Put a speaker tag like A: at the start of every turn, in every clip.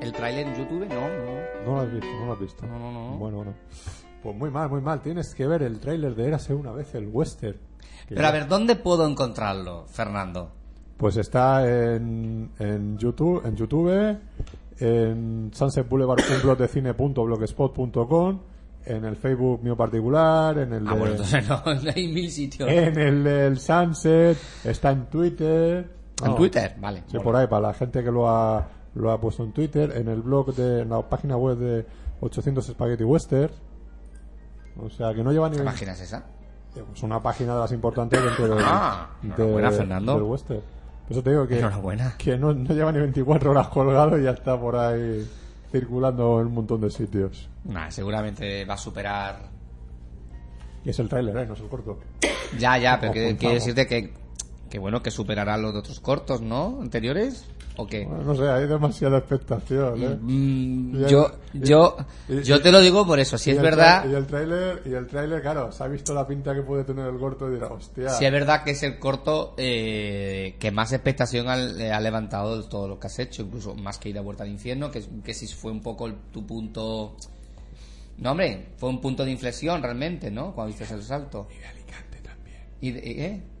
A: ¿El tráiler en YouTube? No, no.
B: No lo has visto, no lo has visto.
A: No, no, no.
B: Bueno, bueno. Pues muy mal, muy mal. Tienes que ver el tráiler de Érase una vez el western. Que
A: Pero a ver, ¿dónde puedo encontrarlo, Fernando?
B: Pues está en, en YouTube, en YouTube, en sunsetboulevard.blogdecine.blogspot.com, en el Facebook mío particular, en el
A: Ah,
B: de-
A: bueno, entonces no, hay mil sitios.
B: en el del Sunset, está en Twitter.
A: En
B: No,
A: Twitter, vale.
B: Sí, por ahí, para la gente que lo ha, lo ha puesto en Twitter, en el blog de en la página web de 800 Spaghetti Western. O sea, que no lleva ni
A: ¿Qué
B: 20
A: página es esa?
B: Es una página de las importantes dentro del,
A: Ah, enhorabuena, Fernando.
B: del western. Por eso te digo que,
A: Enhorabuena.
B: que no, no lleva ni 24 horas colgado y ya está por ahí circulando en un montón de sitios.
A: Nah, seguramente va a superar...
B: Y es el tráiler, ¿eh? No es el corto.
A: Ya, ya, pero
B: Ojo,
A: que, quiero
B: por favor.
A: decirte que, que, bueno, que superará los de otros cortos, ¿no? ¿Anteriores? ¿O qué?
B: Bueno, no sé, hay demasiada expectación, ¿eh?
A: Mm,
B: Y el-
A: yo,
B: y-
A: yo,
B: y-
A: yo te lo digo por eso. Si
B: Eh, Y
A: es
B: el
A: verdad,
B: tra- Y el tráiler, y el tráiler, claro, se ha visto la pinta que puede tener el corto y dirá, hostia.
A: si es verdad que es el corto eh, que más expectación ha, eh, ha levantado de todo lo que has hecho, incluso más que ir a Vuelta al Infierno, que, que si fue un poco el- tu punto. No, hombre, fue un punto de inflexión realmente, ¿no? Cuando hiciste el salto. Y de Alicante también. ¿eh?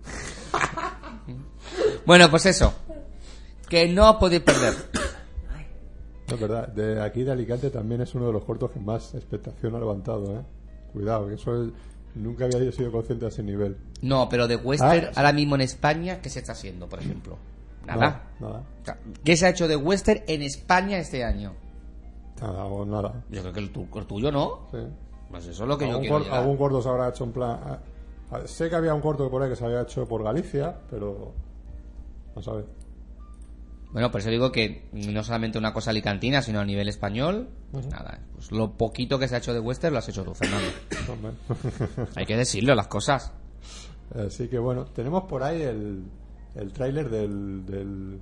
A: bueno, pues eso. Que no os podéis perder.
B: Es verdad, de aquí de Alicante también es uno de los cortos que más expectación ha levantado, ¿eh? Cuidado, que eso es- nunca había yo sido consciente de ese nivel.
A: No, pero de western
B: Ah.
A: ahora mismo en España, ¿qué se está haciendo, por ejemplo? Nada.
B: No, Nada.
A: ¿Qué se ha hecho de western en España este año?
B: Nada, o nada.
A: Yo creo que el, tu- el tuyo no.
B: Sí.
A: Pues eso es lo que yo
B: algún,
A: quiero
B: cor-
A: llegar.
B: algún corto se habrá hecho en plan. ah, ah, sé que había un corto por ahí que se había hecho por Galicia, pero. No sabes.
A: Bueno, por eso digo que no solamente una cosa alicantina, sino a nivel español. Nada, pues lo poquito que se ha hecho de western lo has hecho tú, Fernando.
B: Hombre.
A: Hay que decirlo, las cosas.
B: Así que bueno, tenemos por ahí el, el tráiler del, del.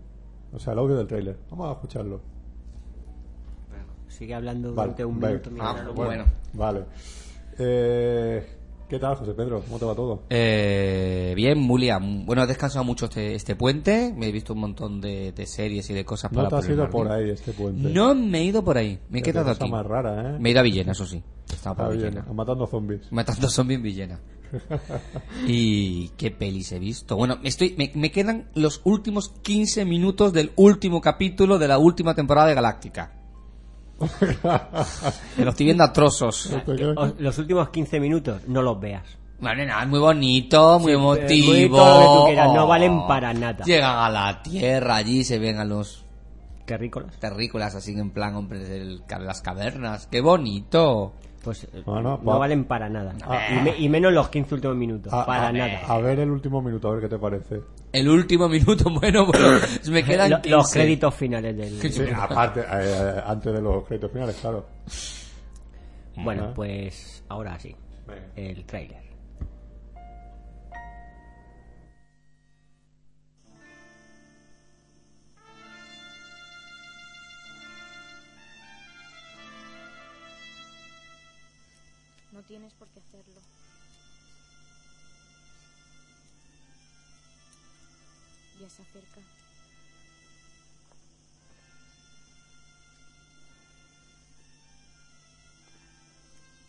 B: O sea, el audio del tráiler. Vamos a escucharlo.
C: Sigue hablando durante un
B: venga.
C: minuto.
A: Ah,
C: mientras lo
A: bueno.
B: Vale. Eh, ¿Qué tal, José Pedro? ¿Cómo te va todo?
A: Eh, bien, Mulia. Bueno, he descansado mucho este, este puente. Me he visto un montón de, de series y de cosas para
B: No te has
A: poner
B: ido
A: en
B: por
A: orden.
B: ahí este puente.
A: No me he ido por ahí. Me he
B: Qué
A: quedado
B: cosa
A: aquí.
B: más rara, ¿eh?
A: Me he ido a Villena, eso sí. Estaba
B: Está
A: por
B: bien,
A: Villena.
B: matando zombies.
A: Matando zombies en Villena. y qué pelis he visto. Bueno, estoy, me, me quedan los últimos 15 minutos del último capítulo de la última temporada de Galáctica. me lo estoy viendo a trozos.
C: O- los últimos 15 minutos no los veas.
A: Bueno, nada, es muy bonito, muy
C: Sí,
A: emotivo. Oh.
C: muy todo lo que tú quieras, no valen para nada.
A: Llegan a la Tierra, allí se ven a los
C: Terrícolas.
A: terrícolas así en plan hombres de las cavernas. ¡Qué bonito!
C: Pues eh,
B: Bueno,
C: no
B: va-
C: valen para nada.
B: Ah.
C: y, me- y menos los 15 últimos minutos.
B: A-
C: para
B: a-
C: nada.
B: A ver el último minuto, a ver qué te parece.
A: El último minuto, bueno, bueno, me quedan
C: Lo- los
A: 15.
C: créditos finales del...
A: Sí,
B: Sí, aparte, eh, antes de los créditos finales, claro.
C: Bueno,
B: Ajá.
C: pues ahora sí. El tráiler.
D: No tienes por qué hacerlo. Ya se acerca.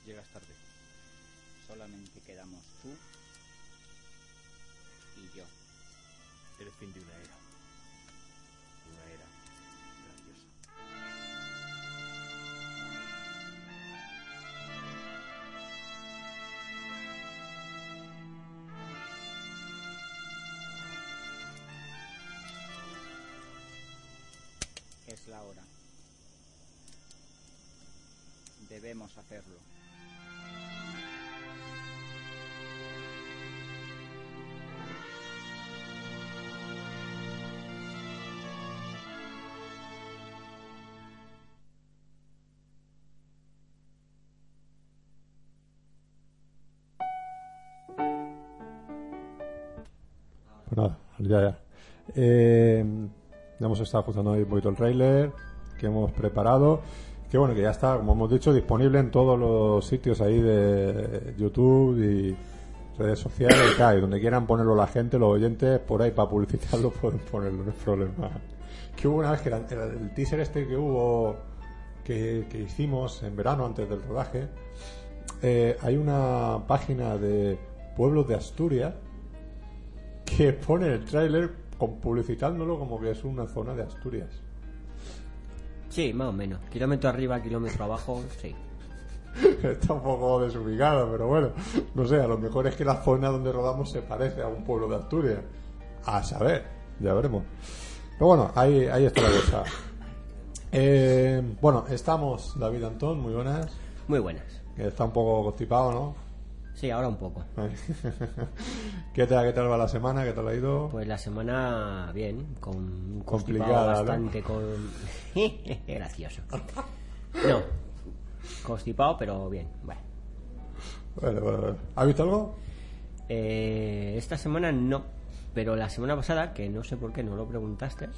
E: Llegas tarde. Solamente quedamos tú y yo. El fin de una era. Una era grandiosa. Es la hora. Debemos hacerlo.
B: Pues Nada, ya, ya. Eh, ya hemos estado ajustando hoy un poquito el trailer que hemos preparado. Que bueno, que ya está, como hemos dicho, disponible en todos los sitios ahí de YouTube y redes sociales y tal. Y donde quieran ponerlo la gente, los oyentes, por ahí para publicitarlo pueden ponerlo, no es problema. Que hubo una vez que era- era el teaser este que hubo, que, que hicimos en verano antes del rodaje, eh, hay una página de pueblos de Asturias que pone el tráiler con- publicitándolo como que es una zona de Asturias.
C: Sí, más o menos. Kilómetro arriba, kilómetro abajo, sí.
B: Está un poco desubicado, pero bueno, no sé, a lo mejor es que la zona donde rodamos se parece a un pueblo de Asturias. A saber, ya veremos. Pero bueno, ahí, ahí está la cosa. Eh, bueno, estamos David Antón, muy buenas.
C: Muy buenas.
B: que Está un poco constipado, ¿no?
C: Sí, ahora un poco.
B: ¿Qué tal, ¿Qué tal va la semana? ¿Qué tal ha ido?
C: Pues la semana bien, con un constipado
B: Complicada, ¿no?
C: bastante con gracioso. No. Constipado, pero bien. Bueno.
B: Bueno, bueno, bueno. ¿Has visto algo?
C: Eh, esta semana no, pero la semana pasada, que no sé por qué no lo preguntaste,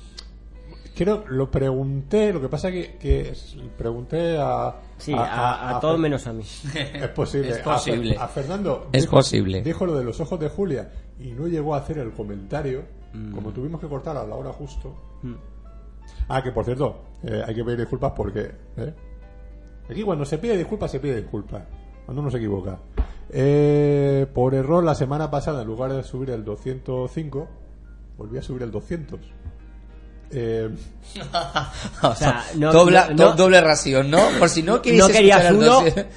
B: Creo, lo pregunté, lo que pasa que, que es- pregunté a...
C: sí, a, a todos ah, menos a mí.
B: Es posible.
A: Es
B: A Fer-
A: posible.
B: A, Fernando.
A: Es posible.
B: Dijo lo de los ojos de Julia y no llegó a hacer el comentario.
C: Mm.
B: Como tuvimos que cortar a la hora justo. Ah, que por cierto, eh, hay que pedir disculpas porque. ¿eh? Aquí cuando se pide disculpas, se pide disculpas. Cuando uno se equivoca. Eh, por error, la semana pasada, en lugar de subir el 205, volví a subir el 200. Eh,
A: O
C: sea,
A: sea,
C: no-
A: dobla-
C: no-
A: do- doble ración, ¿no? Por si no queréis
C: No querías
A: escuchar el
C: uno,
A: doce-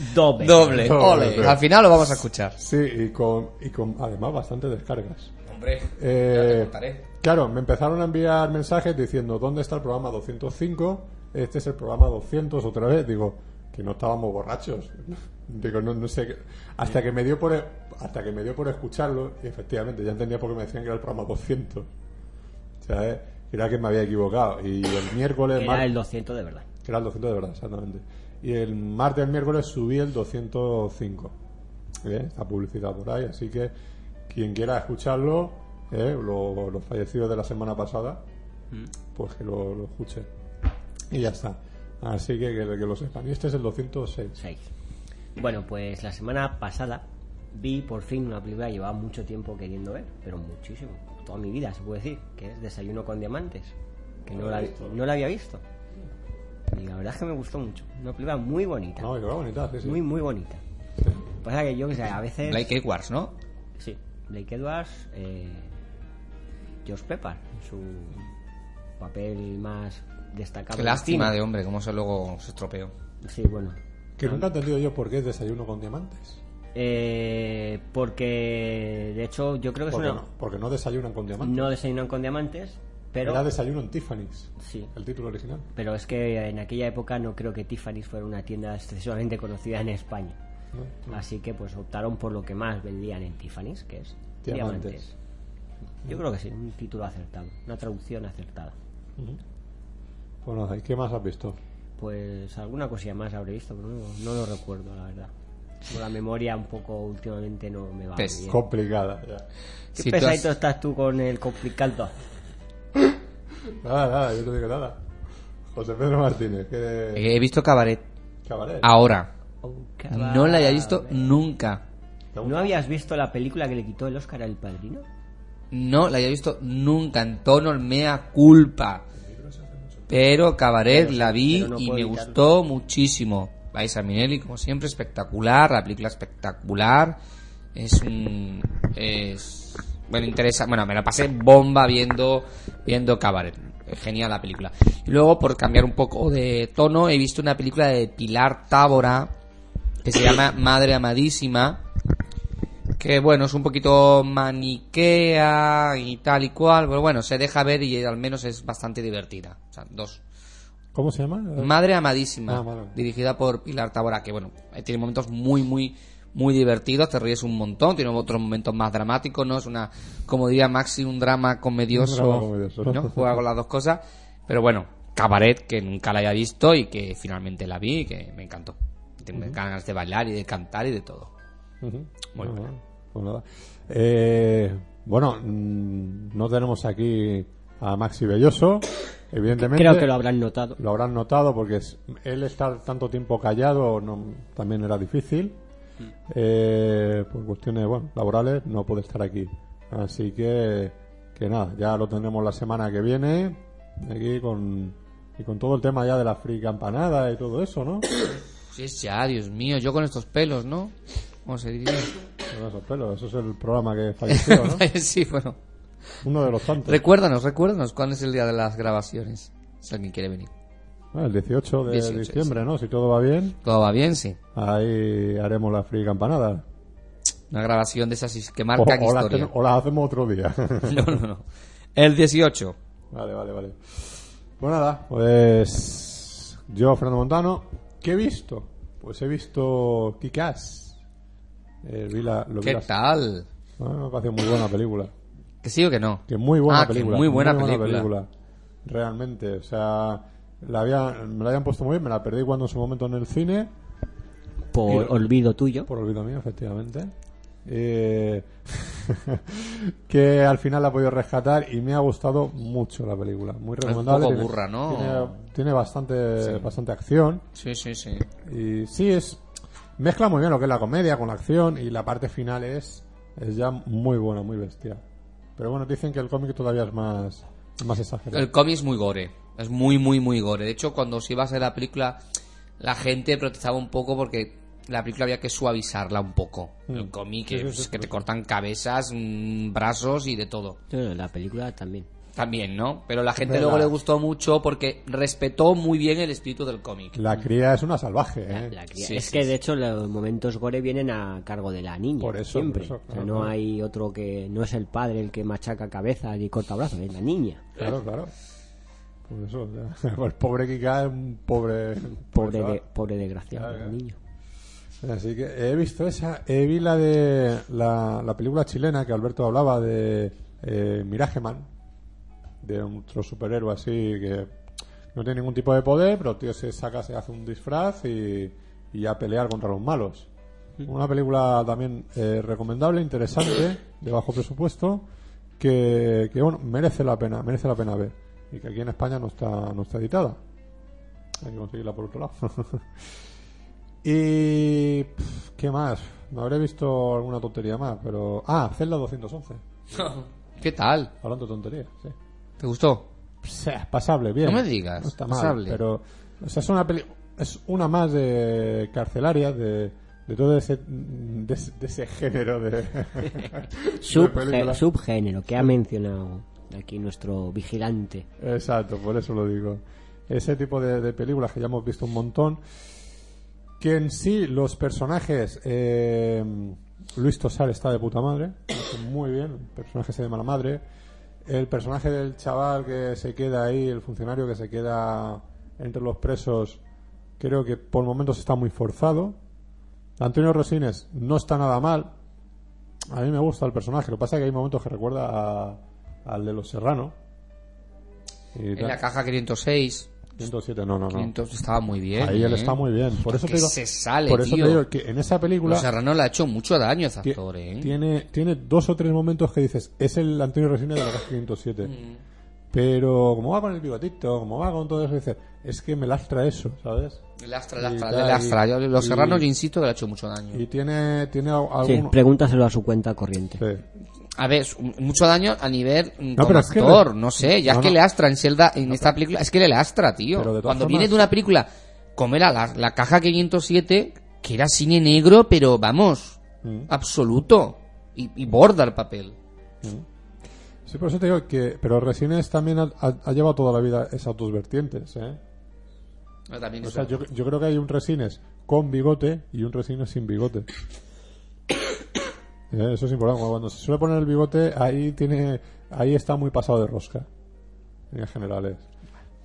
A: Doble,
C: doble.
B: Doble,
A: ole.
B: doble.
A: Al final lo vamos a escuchar.
B: sí, y con, y con además bastantes descargas.
A: Hombre,
B: Eh, Claro, me empezaron a enviar mensajes diciendo, ¿dónde está el programa 205? Este es el programa 200 otra vez. Digo, que no estábamos borrachos. Digo, no, no sé. qué- Hasta que, me dio por, e, hasta que me dio por escucharlo y efectivamente ya entendía por qué me decían que era el programa 200. O sea, eh, era que me había equivocado. Y el miércoles...
C: Era
B: mar-
C: el 200 de verdad.
B: que era el 200 de verdad, exactamente. Y el martes, el miércoles subí el 205. ¿eh? Está publicidad por ahí, así que quien quiera escucharlo, ¿eh? Lo- los fallecidos de la semana pasada,
C: Mm.
B: pues que lo, lo escuche. Y ya está. Así que que, que lo sepan. Y este es el 206.
C: Seis. Bueno, pues la semana pasada vi por fin una película que llevaba mucho tiempo queriendo ver, pero muchísimo, toda mi vida se puede decir, que es Desayuno con Diamantes, que no la, no la había visto. Y la verdad es que me gustó mucho, una película muy bonita,
B: No, que va bonita, sí, sí.
C: muy, muy bonita. Pasa que yo que sé, a veces...
A: Eh, Blake Edwards, ¿no?
C: Sí, Blake Edwards, eh, George Pepper, en su papel más destacable.
A: Qué lástima de hombre, cómo se luego se estropeó.
C: Sí, bueno.
B: Que nunca he entendido yo por qué es desayuno con diamantes.
C: Eh, porque, de hecho, yo creo que es
B: Porque
C: una...
B: no, porque no desayunan con diamantes.
C: Pues No desayunan con diamantes, pero...
B: Era desayuno en Tiffany's,
C: Sí.
B: el título original.
C: Pero es que en aquella época no creo que Tiffany's fuera una tienda excesivamente conocida en España. Así que pues optaron por lo que más vendían en Tiffany's, que es
B: Diamantes.
C: diamantes. Yo creo que sí, un título acertado, una traducción acertada.
B: Bueno, ¿y qué más has visto?
C: Pues alguna cosilla más habré visto, pero no, no lo recuerdo, la verdad. Con la memoria un poco últimamente no me va
A: Pes-
C: bien.
B: Complicada, ya.
C: ¿Qué
A: Si tú has-
C: pesadito estás tú con el complicado?
B: Nada, nada, yo no digo nada. José Pedro Martínez,
C: Eh,
B: que...
A: Eh, He visto Cabaret
B: Cabaret.
A: ahora.
C: Oh, cabrón.
A: No la había visto nunca.
C: ¿No habías visto la película que le quitó el Oscar al padrino?
A: No la había visto nunca. En tono mea culpa. Pero Cabaret la vi
C: pero no
A: y
C: puedo
A: me
C: evitarlo.
A: gustó muchísimo. Baisa Minelli, como siempre, espectacular. La película espectacular. Es un. Es. Bueno, interesa. Bueno, me la pasé bomba viendo, viendo Cabaret. Genial la película. Y luego, por cambiar un poco de tono, he visto una película de Pilar Tábora que se llama Madre Amadísima que bueno, es un poquito maniquea y tal y cual, pero bueno, se deja ver y al menos es bastante divertida. O sea, dos.
B: ¿Cómo se llama?
A: Madre Amadísima,
B: Ah, madre.
A: dirigida por Pilar Tabora, que bueno, eh, tiene momentos muy, muy, muy divertidos, te ríes un montón, tiene otros momentos más dramáticos, ¿no? Es una, como diría Maxi, un drama comedioso,
B: Un drama comedioso.
A: ¿no? Juega con las dos cosas, pero bueno, Cabaret, que nunca la había visto y que finalmente la vi y que me encantó. Tengo ganas de bailar y de cantar y de todo.
B: Ujú.
A: Muy
B: Ah,
A: buena.
B: bueno, Pues nada. Eh, Bueno, mm, no tenemos aquí a Maxi Belloso, evidentemente.
C: Creo que lo habrán notado.
B: Lo habrán notado porque es- él estar tanto tiempo callado no- también era difícil.
A: Mm.
B: Eh, por cuestiones bueno, laborales no puede estar aquí. Así que, que nada, ya lo tendremos la semana que viene. Aquí con, y con todo el tema ya de la free campanada y todo eso, ¿no?
A: Sí, sí, ah, Dios mío, yo con estos pelos, ¿no? ¿Cómo se diría?
B: Con esos pelos, Eso es el programa que falleció, ¿no?
A: sí, bueno.
B: Uno de los tantos.
A: Recuérdanos, recuérdanos, ¿cuándo es el día de las grabaciones? Si alguien quiere venir.
B: Ah, el 18 de
A: 18,
B: diciembre, ¿no? Si todo va bien,
A: Todo va bien, sí.
B: ahí haremos la free campanada.
A: Una grabación de esas que
B: O,
A: marcan
B: o las
A: historia.
B: ten- o las hacemos otro día.
A: No, no, no. El 18.
B: Vale, vale, vale. Pues nada, pues yo, Fernando Montano, ¿qué he visto? Pues he visto Kikas. vi la, lo vi
A: ¿Qué
B: la-
A: tal?
B: Ah, me ha parecido muy buena película.
A: ¿Que sí o que no?
B: Que muy buena
A: Ah, que
B: película.
A: muy buena película.
B: Realmente, o sea, la había, me la habían puesto muy bien, me la perdí cuando en su momento en el cine,
C: Por
B: Y-
C: olvido tuyo.
B: por olvido mío, efectivamente. Eh, que al final la he podido rescatar y me ha gustado mucho la película. Muy recomendable.
A: poco
B: tiene-
A: burra, ¿no?
B: Tiene, tiene bastante, bastante acción.
A: Sí, sí, sí.
B: Y sí, es. Mezcla muy bien lo que es la comedia con la acción y la parte final es. Es ya muy buena, muy bestia. Pero bueno, dicen que el cómic todavía es más. Más exagerado.
A: El cómic es muy gore. Es muy, muy, muy gore. De hecho, cuando se iba a hacer la película, la gente protestaba un poco porque la película había que suavizarla un poco. El cómic
B: Mm. Sí, sí,
A: es
B: sí,
A: que
B: sí,
A: te
B: sí.
A: cortan cabezas, mm, brazos y de todo.
C: No, la película también.
A: También, ¿no? Pero la gente
B: Verdad.
A: luego le gustó mucho porque respetó muy bien el espíritu del cómic.
B: La cría es una salvaje, ¿eh?
C: La cría.
A: Sí,
C: es
A: sí,
C: que
A: sí.
C: de hecho los momentos gore vienen a cargo de la niña.
B: Por eso, por
C: siempre.
B: eso,
C: O sea,
B: claro,
C: no
B: claro.
C: hay otro que. No es el padre el que machaca cabeza ni corta brazos, es la niña.
B: Claro, claro. Por eso, o sea, el pobre Kika es un pobre.
C: Pobre, de,
B: chaval.
C: pobre desgraciado
B: Claro,
C: del
B: claro.
C: niño.
B: Así que he visto esa. He vi la de. La, la película chilena que Alberto hablaba de. Eh, Mirage Man. De un otro superhéroe así que. No tiene ningún tipo de poder, pero el tío se saca, se hace un disfraz y. Y a pelear contra los malos. Una película también eh, recomendable, interesante, de bajo presupuesto, que, que bueno, merece la pena, merece la pena ver. Y que aquí en España no está, no está editada. Hay que conseguirla por otro lado. y. pf, ¿Qué más? Me habré visto alguna tontería más, pero. Ah, Zelda 211.
A: ¿Qué tal?
B: Hablando de tonterías, sí.
A: ¿Te gustó?
B: O sea, pasable, bien.
A: No me digas,
B: No está mal,
A: pasable.
B: Pero, o sea, es una peli- es una más de carcelaria, de, de todo ese, de, ese- de ese género de...
C: Subge-
B: película.
C: subgénero que ha mencionado aquí nuestro vigilante.
B: Exacto, por eso lo digo. Ese tipo de, de películas que ya hemos visto un montón, que en sí los personajes... eh, Luis Tosar está de puta madre, lo hace muy bien, el personaje se de mala madre. El personaje del chaval que se queda ahí, el funcionario que se queda entre los presos, creo que por momentos está muy forzado. Antonio Rosines no está nada mal. A mí me gusta el personaje, lo que pasa es que hay momentos que recuerda a- al de Los Serrano. Y
A: En
B: tal.
A: la caja 506.
B: 107, no, no, no.
A: 500 estaba muy bien.
B: Ahí él
A: ¿eh?
B: está muy bien. Por eso
A: Que
B: te digo,
A: se sale,
B: por eso
A: tío.
B: te digo que en esa película
A: Los Serrano le ha hecho mucho daño a ese
B: ti-
A: actor, ¿eh?
B: tiene, tiene dos o tres momentos que dices, es el Antonio Resines de la caja 507.
A: Mm.
B: Pero como va con el bigotito, como va con todo eso, dices, es que me lastra eso, ¿sabes?
A: Le lastra,
B: Y
A: lastra,
B: tal,
A: le lastra.
B: y-
A: Yo- Los
B: y-
A: Serrano, yo insisto, que le ha hecho mucho daño.
B: Y tiene, tiene al-
C: Sí,
B: algún...
C: pregúntaselo a su cuenta corriente.
B: Sí.
A: A ver, su- mucho daño a nivel mm,
B: No,
A: como
B: pero es que
A: actor,
B: le-
A: no sé, ya
B: No,
A: es que
B: no.
A: le lastra en Zelda, en esta película, es que le lastra, tío.
B: Pero de todas
A: Cuando
B: formas-
A: viene de una película, como era la, la caja 507, que era cine negro, pero vamos,
B: Mm.
A: absoluto, y, y borda el papel.
B: Sí, por eso te digo que... Pero Resines también ha, ha- ha llevado toda la vida esas dos vertientes, ¿eh?
A: Ah, También
B: O
A: es
B: sea, yo,
A: verdad.
B: yo creo que hay un Resines con bigote y un Resines sin bigote. Eh, Eso es importante. Cuando se suele poner el bigote, ahí tiene, ahí está muy pasado de rosca. En generales.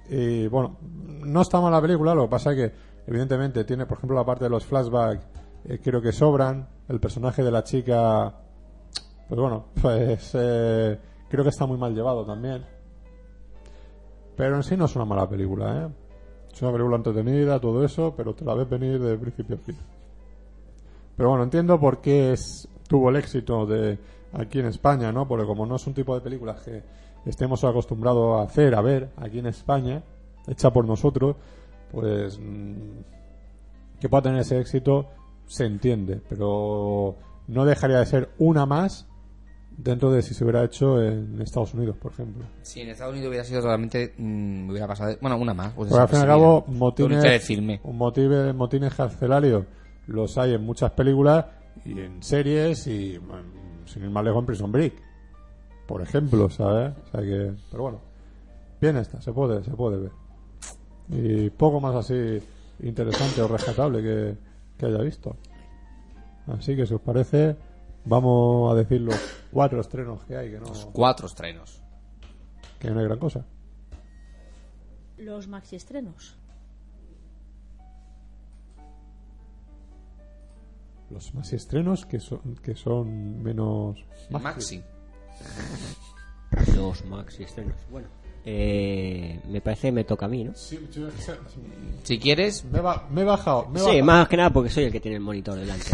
B: Y bueno, no está mala película, lo que pasa que, evidentemente, tiene, por ejemplo, la parte de los flashbacks, eh, creo que sobran. El personaje de la chica, pues bueno, pues eh, creo que está muy mal llevado también. Pero en sí no es una mala película, ¿eh? Es una película entretenida, todo eso, pero te la ves venir de principio a fin. Pero bueno, entiendo por qué es- tuvo el éxito de aquí en España, ¿no? Porque como no es un tipo de películas que estemos acostumbrados a hacer, a ver aquí en España, hecha por nosotros, pues mm, que pueda tener ese éxito se entiende, pero no dejaría de ser una más dentro de si se hubiera hecho en Estados Unidos, por ejemplo.
A: Si en Estados Unidos hubiera sido totalmente. mm, hubiera pasado. Bueno, una más. pues
B: Porque al fin y al
A: sería
B: cabo,
A: lo
B: motines,
A: único que decirme.
B: motive- motines carcelarios los hay en muchas películas y en series y, bueno, sin ir más lejos, en Prison Break, por ejemplo, ¿sabes? O sea que, pero bueno, bien está, se puede, se puede ver. Y poco más así interesante o rescatable que, que haya visto. Así que si os parece, vamos a decir los cuatro estrenos que hay, que no,
A: Cuatro estrenos.
B: que no hay gran cosa.
F: Los maxiestrenos.
B: Los más estrenos que son, que son menos...
A: Maxi.
C: Los maxi estrenos. Bueno, eh, me parece que me toca a mí, ¿no?
A: Si quieres,
B: Me, he ba- me he bajado, me he
C: Sí,
B: bajado.
C: más que nada porque soy el que tiene el monitor delante.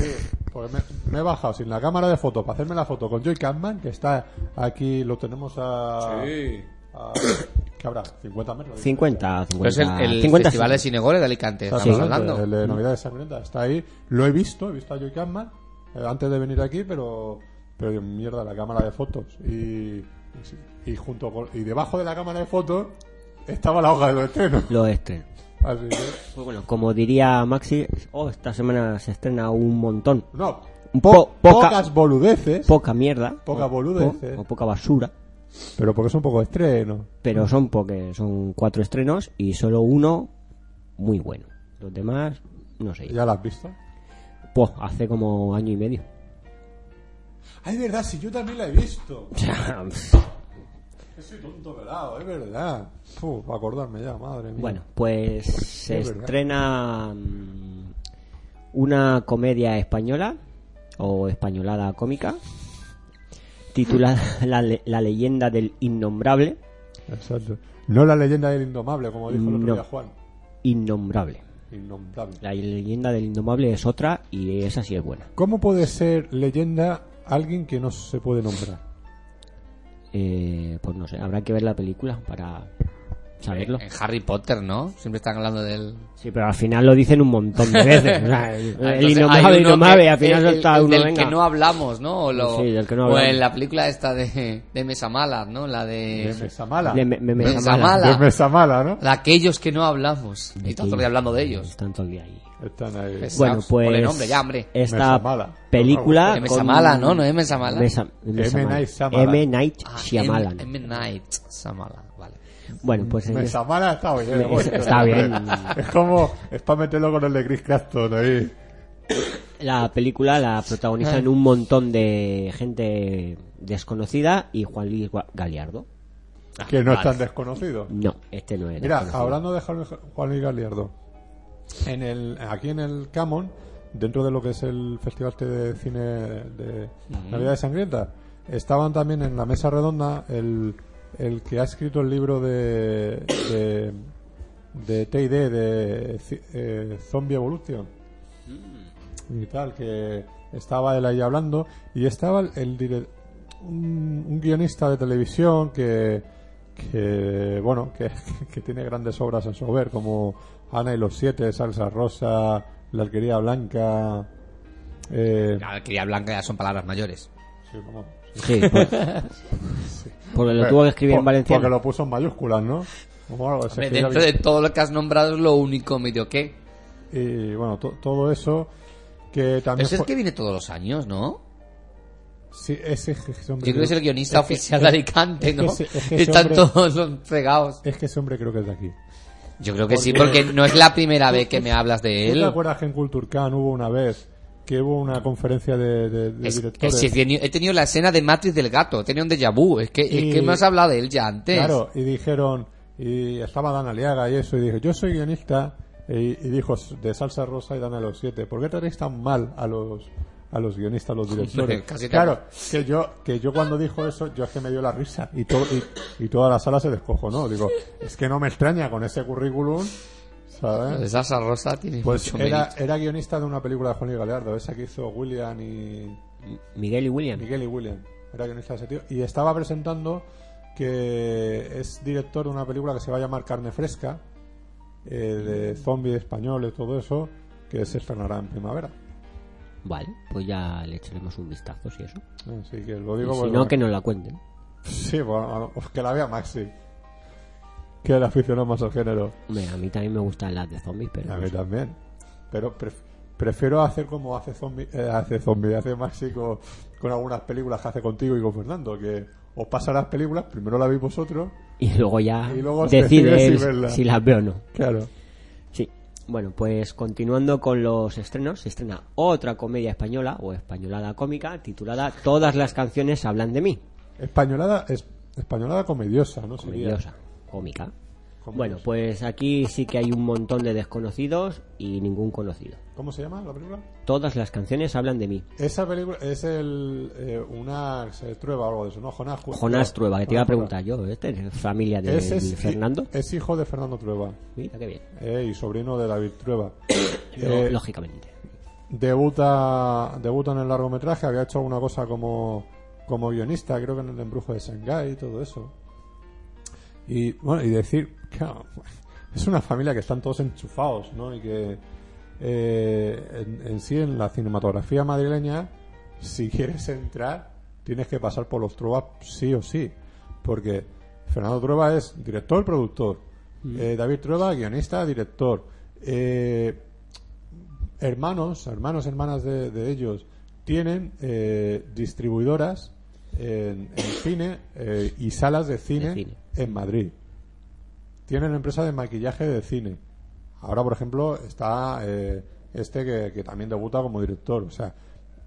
B: Porque me, me he bajado sin la cámara de fotos para hacerme la foto con Joy Campman, que está aquí, lo tenemos a. a- ¿Qué habrá? ¿50 metros?
C: 50,
A: Pero
C: 50.
A: es pues el, el
C: 50,
A: Festival de Cinegore de Alicante,
B: Está
A: estamos
B: presente,
A: hablando.
B: El de Navidades Sangrientas está ahí. Lo he visto, he visto a Joy Campman eh, antes de venir aquí, pero. Pero digo, mierda, la cámara de fotos. Y. Y junto con- y debajo de la cámara de fotos estaba la hoja de los estrenos.
C: Los estrenos.
B: Así que.
C: Pues bueno, como diría Maxi, oh, esta semana se estrena un montón.
B: No.
C: Un
B: po-
C: po- poca-
B: pocas boludeces.
C: Poca mierda.
B: Poca
C: o-
B: boludez,
C: o-
B: eh.
C: o poca basura.
B: pero porque es un poco estreno.
C: pero son porque son cuatro estrenos y solo uno muy bueno. Los demás, no sé.
B: ¿Ya la has visto?
C: Pues hace como año y medio.
B: Ay, Ah, es verdad, si yo también la he visto.
C: O sea,
B: Que soy tonto pelado, es verdad. Uf, para acordarme ya, madre mía.
C: bueno, pues se
B: Es verdad.
C: estrena mm, una comedia española o españolada cómica titulada La, le- La leyenda del innombrable.
B: Exacto. No la leyenda del indomable, como dijo el otro
C: No.
B: día Juan.
C: Innombrable.
B: Innombrable.
C: La leyenda del innombrable es otra y esa sí es buena.
B: ¿Cómo puede ser leyenda alguien que no se puede nombrar?
C: Eh, pues no sé, habrá que ver la película para saberlo.
A: En Harry Potter, ¿no? Siempre están hablando del.
C: Sí, pero al final lo dicen un montón de veces. O sea, el- el
A: Ah, Entonces,
C: innombrable,
A: hay uno
C: innombrable,
A: que-
C: al final
A: el- el-
C: está
A: el
C: uno,
A: del
C: venga.
A: que no hablamos, ¿no? O, lo-
C: Sí, del que no
A: o
C: hablamos.
A: en la película esta de, de Mesa Mala, ¿no? La de.
B: De mesa mala.
C: Le- Eh, me- me- me-
A: Mesa
C: esa mala.
A: mala.
B: De mesa mala, ¿no?
A: La de aquellos que no hablamos. Y todo el día hablando de ellos.
C: Están todo el día ahí.
B: Están ahí.
A: Pues-
C: Bueno,
A: Saps,
C: pues.
A: ponle nombre ya, hombre.
C: Esta
B: Mala.
C: película.
A: De Mesamala, ¿no? ¿No es Mesamala?
C: Mesa- Mesamala.
B: M. Night Shyamalan.
C: M. Night
A: Ah,
C: Shyamalan.
A: M. M. Night Shyamalan, vale.
C: Bueno, pues. en
B: Mesa mala está bien.
C: Me-
B: bueno,
C: está
B: hombre.
C: bien.
B: Es como. Es para meterlo con el de Chris Crafton ahí.
C: La película la
A: Ah.
C: protagonizan un montón de gente desconocida y Juan Luis Gua- Galiardo. Ah,
B: Que no es
A: vale.
B: tan desconocido.
C: No, este no es.
B: Mira,
C: desconocido.
B: hablando de Juan Juan Luis Galiardo, en el, aquí en el Camon, dentro de lo que es el Festival este de Cine de Navidad de Sangrienta, estaban también en la mesa redonda el, el que ha escrito el libro de, de, de TD, de ci- eh, Zombie Evolution y tal, que estaba él ahí hablando y estaba el, el dire- un, un guionista de televisión que, que bueno, que, que tiene grandes obras en su haber como Ana y los Siete, Salsa Rosa, La Alquería Blanca, eh,
A: La alquería blanca ya son palabras mayores.
B: sí, como-
C: Sí, por- Porque lo tuvo que escribir en
B: Por-
C: Valenciano.
B: Porque lo puso en mayúsculas, ¿no? Como algo, se
A: Hombre,
B: escribió
A: dentro
B: aquí.
A: de todo lo que has nombrado es lo único medio que.
B: Y bueno, to- todo eso que también...
A: Ese es el
B: fue-
A: que viene todos los años, ¿no?
B: Sí, ese, ese hombre
A: Yo creo que es el guionista
B: Pues es que-
A: oficial de Alicante,
B: es que
A: ¿no?
B: ese- es que ese
A: Están
B: hombre-
A: todos los fregados.
B: Es que ese hombre creo que es de aquí.
A: Yo creo que sí, porque no es la primera vez que me hablas de
B: ¿Tú te
A: él.
B: acuerdas que en Culturcan hubo una vez que hubo una conferencia de, de- de
A: Es-
B: directores?
A: es que he teni- he tenido la escena de Matrix del gato, he tenido un déjà vu. Es que,
B: Y-
A: es que me has hablado de él ya antes.
B: claro, y dijeron, y estaba Dan Aliaga y eso, y dije, yo soy guionista, y, y dijo de Salsa Rosa y Dan a los siete, ¿por qué tratáis tan mal a los a los guionistas, a los directores.
A: casi te-
B: claro, que yo que yo cuando dijo eso, yo es que me dio la risa y todo y, y toda la sala se descojonó. Digo, es que no me extraña con ese currículum, ¿sabes?
A: Lo de Sasa Rosa tiene
B: ¿eh? Pues
A: mucho
B: era,
A: mérito.
B: era guionista de una película de Juan Luis Galeardo, esa que hizo William y
C: Miguel y William.
B: Miguel y William. era guionista de ese tío, y estaba presentando que es director de una película que se va a llamar Carne Fresca, eh,
C: Mm.
B: de zombies españoles, todo eso, que se estrenará en primavera.
C: Vale, pues ya le echaremos un vistazo si eso.
B: Así que lo
C: Y
B: digo
C: si
B: porque-
C: no, que nos la cuenten.
B: Sí, bueno, que la vea Maxi. Que el aficionado más al género.
C: Hombre, a mí también me gustan las de zombies, pero...
B: A mí también. Pero pref- prefiero hacer como hace zombie, eh, hace zombie, hace Maxi co- con, algunas películas que hace contigo y con Fernando, que os pasa las películas, primero las veis vosotros,
C: Y luego ya
B: Y luego
C: decide
B: decides si
C: él
B: verla.
C: si las veo o no.
B: claro.
C: Sí. Bueno, pues continuando con los estrenos, se estrena otra comedia española o españolada cómica titulada Todas las canciones hablan de mí.
B: Españolada, es, españolada comediosa, ¿no? Sería.
C: Comediosa, cómica.
B: Comediosa.
C: Bueno, pues aquí sí que hay un montón de desconocidos y ningún conocido.
B: ¿Cómo se llama la película?
C: Todas las canciones hablan de mí.
B: Esa película es el. eh, una. Se trueba o algo de eso, ¿no? Jonás, Ju-
C: Jonás Trueba, que te iba a
B: Jonás
C: preguntar yo, ¿este es familia de
B: Es- es-
C: Fernando?
B: Es hijo de Fernando Trueba
C: Mira qué bien.
B: eh, y sobrino de David Trueba.
C: Lo-
B: Eh,
C: Lógicamente.
B: debuta, debuta en el largometraje, había hecho una cosa como, como guionista, creo que en el embrujo de Shanghái y todo eso. Y bueno, y decir, claro, es una familia que están todos enchufados, ¿no? Y que eh, en, en sí, en la cinematografía madrileña, si quieres entrar, tienes que pasar por los Trueba sí o sí. Porque Fernando Trueba es director, productor. Eh, David Trueba, guionista, director. Eh, hermanos, hermanos, hermanas de, de ellos, tienen eh, distribuidoras en, en cine eh, y salas de cine,
C: De cine.
B: en Madrid. Tienen empresa de maquillaje de cine. Ahora, por ejemplo, está eh, este que, que también debuta como director. O sea,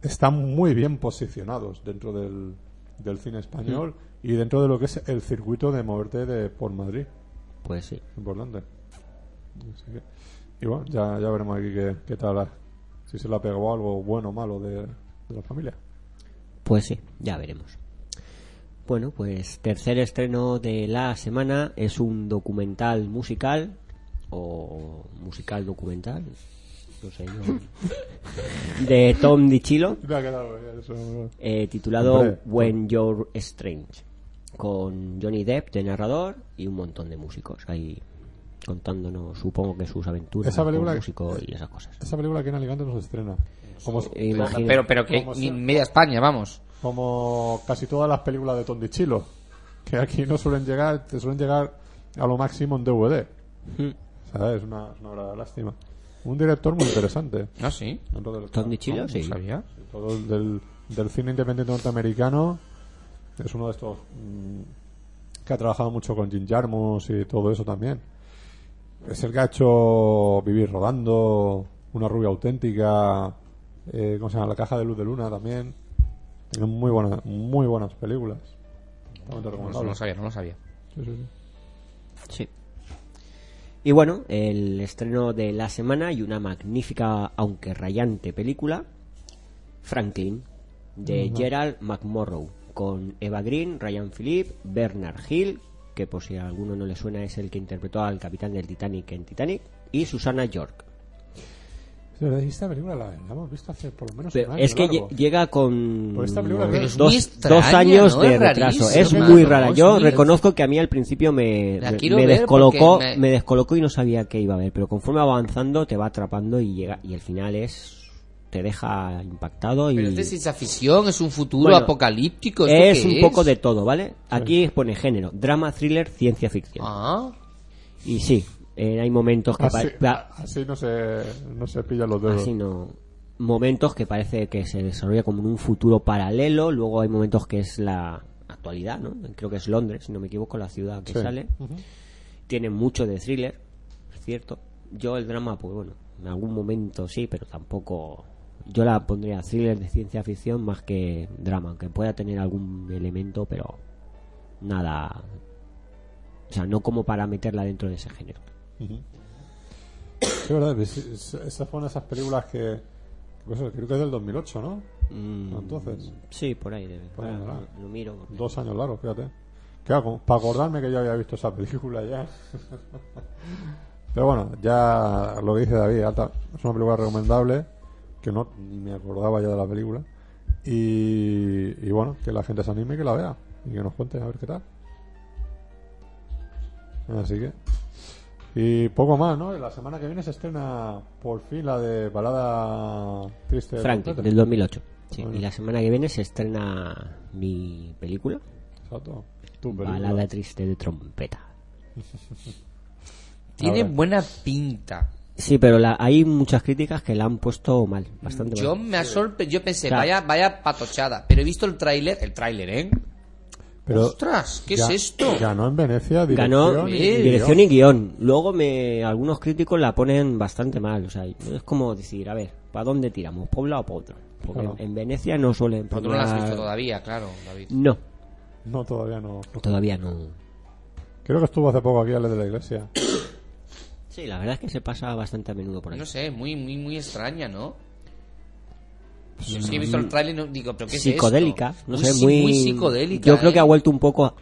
B: están muy bien posicionados dentro del, del cine español y dentro de lo que es el circuito de moverte de, por Madrid.
C: Pues sí.
B: Importante. Así que- y bueno, ya, ya veremos aquí qué, qué tal. eh, Si se le ha pegado algo bueno o malo de, de la familia.
C: Pues sí, ya veremos. Bueno, pues tercer estreno de la semana es un documental musical o musical documental, no sé yo, de Tom DiCillo,
B: Me ha quedado eso, ¿no?
C: eh, titulado
B: Hombre.
C: When You're Strange, con Johnny Depp de narrador y un montón de músicos ahí contándonos, supongo que sus aventuras
B: Esa
C: como
B: película-
C: músico y esas cosas.
B: Esa película aquí en Alicante no se estrena. Como,
C: Imagino-
A: Pero, pero que
B: Como
A: ni
B: sea.
A: media España, vamos.
B: como casi todas las películas de Tondichilo. Que aquí no suelen llegar, te suelen llegar a lo máximo en DVD. ¿Sabes? Es una, es una verdadera lástima. Un director muy interesante.
A: No, sí.
B: dentro del-
C: Tom DiCillo, sí.
A: ¿Sabía?
B: todo el del, del cine independiente norteamericano es uno de estos mm, que ha trabajado mucho con Jim Jarmus y todo eso también es el que ha hecho Vivir Rodando Una Rubia Auténtica eh, ¿cómo se llama? La Caja de Luz de Luna también tiene muy buenas muy buenas películas Totalmente
A: Pues No, no
B: recomendable.
A: lo sabía, no lo sabía.
B: Sí, sí, sí.
C: Sí. Y bueno, el estreno de la semana y una magnífica, aunque rayante película, Franklin, de Gerald McMorrow, con Eva Green, Ryan Phillippe, Bernard Hill, que por si a alguno no le suena es el que interpretó al capitán del Titanic en Titanic, y Susana York.
B: Sí, verdad, y esta película la, la hemos visto hace por lo menos
C: Pero
A: Ah,
B: un año
C: es que
B: largo.
C: lle- llega con
B: Pues esta película
C: dos,
B: es
A: muy extraña,
C: dos años
A: ¿no?
C: de
A: Es
C: retraso.
A: rarísima,
C: Es muy
A: ¿no?
C: rara.
A: Es
C: Yo
A: muy-
C: reconozco que a mí al principio me,
A: La
C: me-
A: quiero
C: me
A: ver
C: descolocó,
A: porque me-
C: me descolocó y no sabía qué iba a ver. Pero conforme va avanzando te va atrapando y llega y el final es te deja impactado y
A: Pero es de ciencia ficción, es un futuro
C: Bueno,
A: apocalíptico. ¿esto
C: es
A: qué
C: un poco de todo, ¿vale? Aquí pone género, drama, thriller, ciencia ficción.
A: Ah,
C: Y sí, eh, hay momentos que
B: así,
C: pa- pa-
B: así no se no se pillan los dedos
C: Así no. Momentos que parece que se desarrolla como en un futuro paralelo, luego hay momentos que es la actualidad, ¿no? Creo que es Londres, si no me equivoco, la ciudad que
B: Sí.
C: sale. Tiene mucho de thriller, es cierto. Yo el drama, pues bueno, en algún momento sí, pero tampoco... Yo la pondría thriller de ciencia ficción más que drama, aunque pueda tener algún elemento, pero nada... O sea, no como para meterla dentro de ese género.
B: Sí, verdad, es- es- esa fue una de esas películas que. pues, creo que es del 2008, ¿no?
C: Mm,
B: Entonces,
C: Sí, por ahí. debe-
B: Por ahí
C: ahora
B: andará.
C: lo, lo miro. porque-
B: dos años largos, fíjate. Claro, como- para acordarme que yo había visto esa película ya. Pero bueno, ya lo que dice David, alta- es una película recomendable que no ni me acordaba ya de la película. Y, y bueno, que la gente se anime y que la vea. Y que nos cuente a ver qué tal. Así que. Y poco más, ¿no? La semana que viene se estrena por fin la de Balada Triste. de
C: Frankie,
B: Trompeta.
C: del 2008. Sí,
B: Bueno.
C: Y la semana que viene se estrena mi película,
B: Exacto. Tu película.
C: Balada Triste de Trompeta.
A: Tiene
B: ver.
A: buena pinta.
C: Sí, pero la- hay muchas críticas que la han puesto mal, bastante
A: Yo
C: mal.
A: me ha sorpre- Yo pensé,
C: Claro.
A: vaya, vaya patochada. Pero he visto el tráiler. El tráiler, ¿eh?
B: Pero
A: ¡Ostras! ¿Qué
B: ga-
A: es esto?
B: Ganó en Venecia dirección
C: Ganó
B: y
A: eh,
C: dirección y guión. Luego me, algunos críticos la ponen bastante mal. O sea, es como decir, a ver, ¿para dónde tiramos? ¿Pobla o para otro? Porque
B: Claro.
C: en Venecia no suelen
A: Pero tú no lo has
C: premiar-
A: visto todavía, claro, David.
C: No,
B: No, todavía no.
C: todavía no.
B: Creo que estuvo hace poco aquí Ale de la Iglesia.
C: Sí, la verdad es que se pasa bastante a menudo por ahí.
A: No sé, muy, muy, muy extraña, ¿no? Yo sí he visto el tráiler y no, digo, ¿pero qué es esto?
C: Pues psicodélica, no
A: Muy
C: sé,
A: si-
C: muy,
A: psicodélica.
C: Yo creo que
A: ¿eh?
C: ha vuelto un poco a-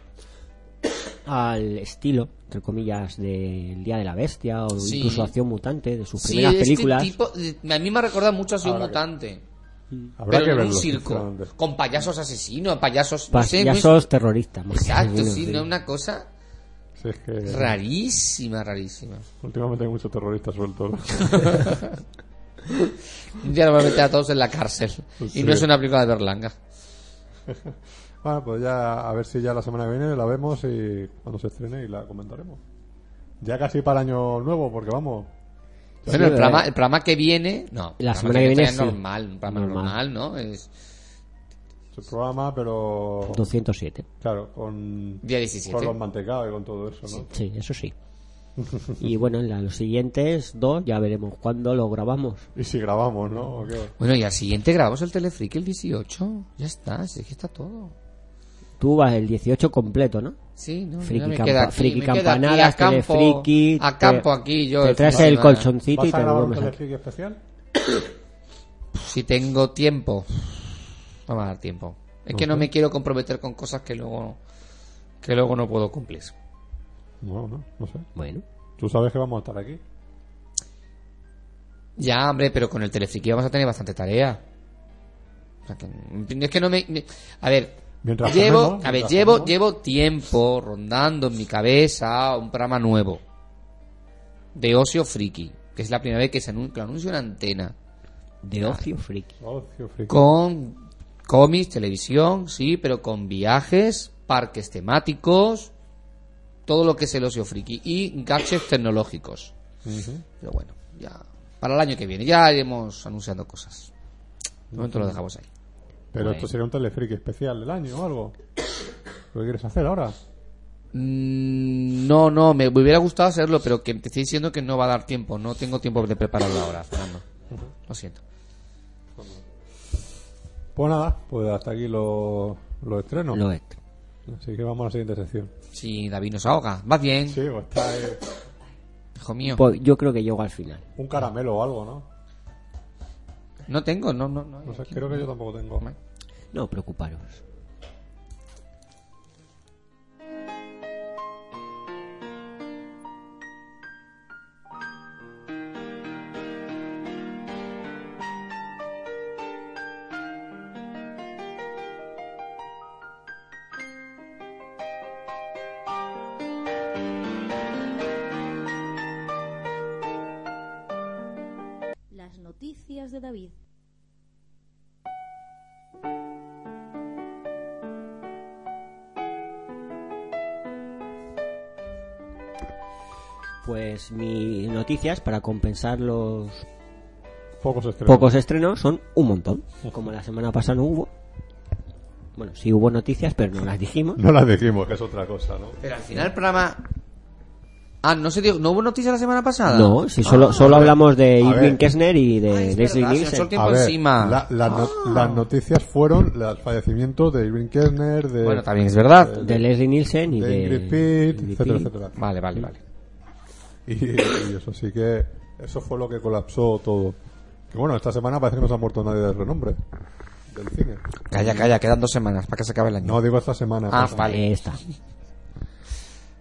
C: al estilo, entre comillas, del Día de la Bestia o
A: Sí.
C: incluso Acción Mutante de sus
A: Sí,
C: primeras
A: este
C: películas.
A: tipo- de- a mí me ha recordado mucho a Soy un
B: Ahora que-
A: Mutante.
B: Habrá
A: pero
B: que
A: en
B: verlo.
A: un circo.
B: sinceramente.
A: Con payasos asesinos, payasos... no sé, muy-
C: Payasos terroristas. más que
A: Exacto,
C: menos,
A: sí,
C: sí.
A: ¿no? una cosa
B: Si es que
A: rarísima, rarísima.
B: últimamente hay muchos terroristas sueltos.
A: Un día nos va a meter a todos en la cárcel.
B: Pues
A: Y no
B: sí.
A: es una película de Berlanga.
B: bueno, pues ya a ver si ya la semana que viene la vemos y cuando se estrene y la comentaremos. Ya casi para año nuevo, porque vamos.
A: Bueno, el
C: Sí,
A: programa,
C: eh.
A: el programa que viene... No,
C: La
A: el programa
C: semana que viene
A: está
C: sí.
A: es normal, un programa normal,
C: Normal.
A: ¿no? Es
B: Es el programa, pero.
C: 207.
B: Claro, con.
A: día 17.
B: Con los mantecados y con todo eso, ¿no?
C: Sí, eso sí. Y bueno, en la- los siguientes dos ya veremos cuándo lo grabamos.
B: Y si grabamos, ¿no? ¿O qué?
A: Bueno, y al siguiente grabamos el Telefreak el 18. Ya está, si es que está todo.
C: Tú vas el 18 completo, ¿no?
A: Sí, no,
C: Friki,
A: ya me
C: campa-
A: queda aquí,
C: friki
A: me queda aquí
C: campanadas,
A: a campo,
C: telefriki.
A: A
C: te-
A: campo aquí yo.
C: Te traes
A: fin de
C: el
A: semana.
C: colchoncito
B: ¿Vas
C: y te
B: a
C: lo
B: grabar un
C: duermes aquí.
B: telefilm especial?
A: Si tengo tiempo. Vamos a dar tiempo. Es que no me quiero comprometer con cosas que luego que luego no puedo cumplir.
B: No, no, no sé.
C: Bueno,
B: Tú sabes que vamos a estar aquí.
A: Ya, hombre, pero con el telefriki vamos a tener bastante tarea. O sea que- es que no me, me- a ver,
B: Mientras
A: llevo,
B: comemos,
A: a ver,
B: mientras
A: llevo,
B: comemos.
A: llevo tiempo rondando en mi cabeza un programa nuevo de ocio friki, que es la primera vez que se anun- que lo anuncio en antena.
C: de ocio friki.
B: Ocio, friki.
A: con cómics, televisión, sí, pero con viajes, parques temáticos, todo lo que es el ocio friki y gadgets tecnológicos.
B: Ujú.
A: Pero bueno, ya para el año que viene ya iremos anunciando cosas. De momento lo dejamos ahí.
B: Pero esto sería un telefriki especial del año o algo. ¿Lo que quieres hacer ahora?
A: Mm, No, no, me hubiera gustado hacerlo, pero que te estoy diciendo que no va a dar tiempo. No tengo tiempo de prepararlo ahora, Fernando. Lo siento.
B: Pues nada, pues hasta aquí los los estrenos.
C: Lo es.
B: Así que vamos a la siguiente sección.
A: Si David nos ahoga, vas bien,
B: Sí, o está eh,
A: hijo mío.
C: Pues yo creo que llego al final.
B: un caramelo o algo, ¿no?
A: No tengo, no, no, no.
B: No sé, creo que yo tampoco tengo.
C: No preocuparos.
F: Las noticias de David.
C: Pues mis noticias para compensar los
B: Pocos estrenos.
C: pocos estrenos son un montón. Como la semana pasada no hubo. Bueno, sí hubo noticias, pero no las dijimos.
B: No las dijimos, que es otra cosa, ¿no?
A: Pero al final el programa. Ah, no se dio, no hubo noticias la semana pasada.
C: No, si solo, solo hablamos de
B: Ah. A
C: Irving
B: ver.
C: Kessner y de
A: Ah, es
C: Leslie
A: verdad, se nos
C: Nielsen.
A: soltó- Tiempo encima. Ah.
B: la- las no- las noticias fueron los fallecimientos de Irving Kirchner, de,
A: Bueno, también es verdad.
C: De Leslie Nielsen y
B: de
C: de.
B: Ingrid Pitt,
C: Ingrid
B: etcétera,
C: Pitt.
B: etcétera.
A: Vale,
C: eh,
A: vale, vale.
B: Y, y eso sí que eso fue lo que colapsó todo. Que bueno, esta semana parece que no se ha muerto nadie de renombre del cine.
A: Calla, calla, quedan dos semanas para que se acabe el año.
B: No digo esta semana.
A: Ah,
B: esta
A: vale.
C: Ahí está.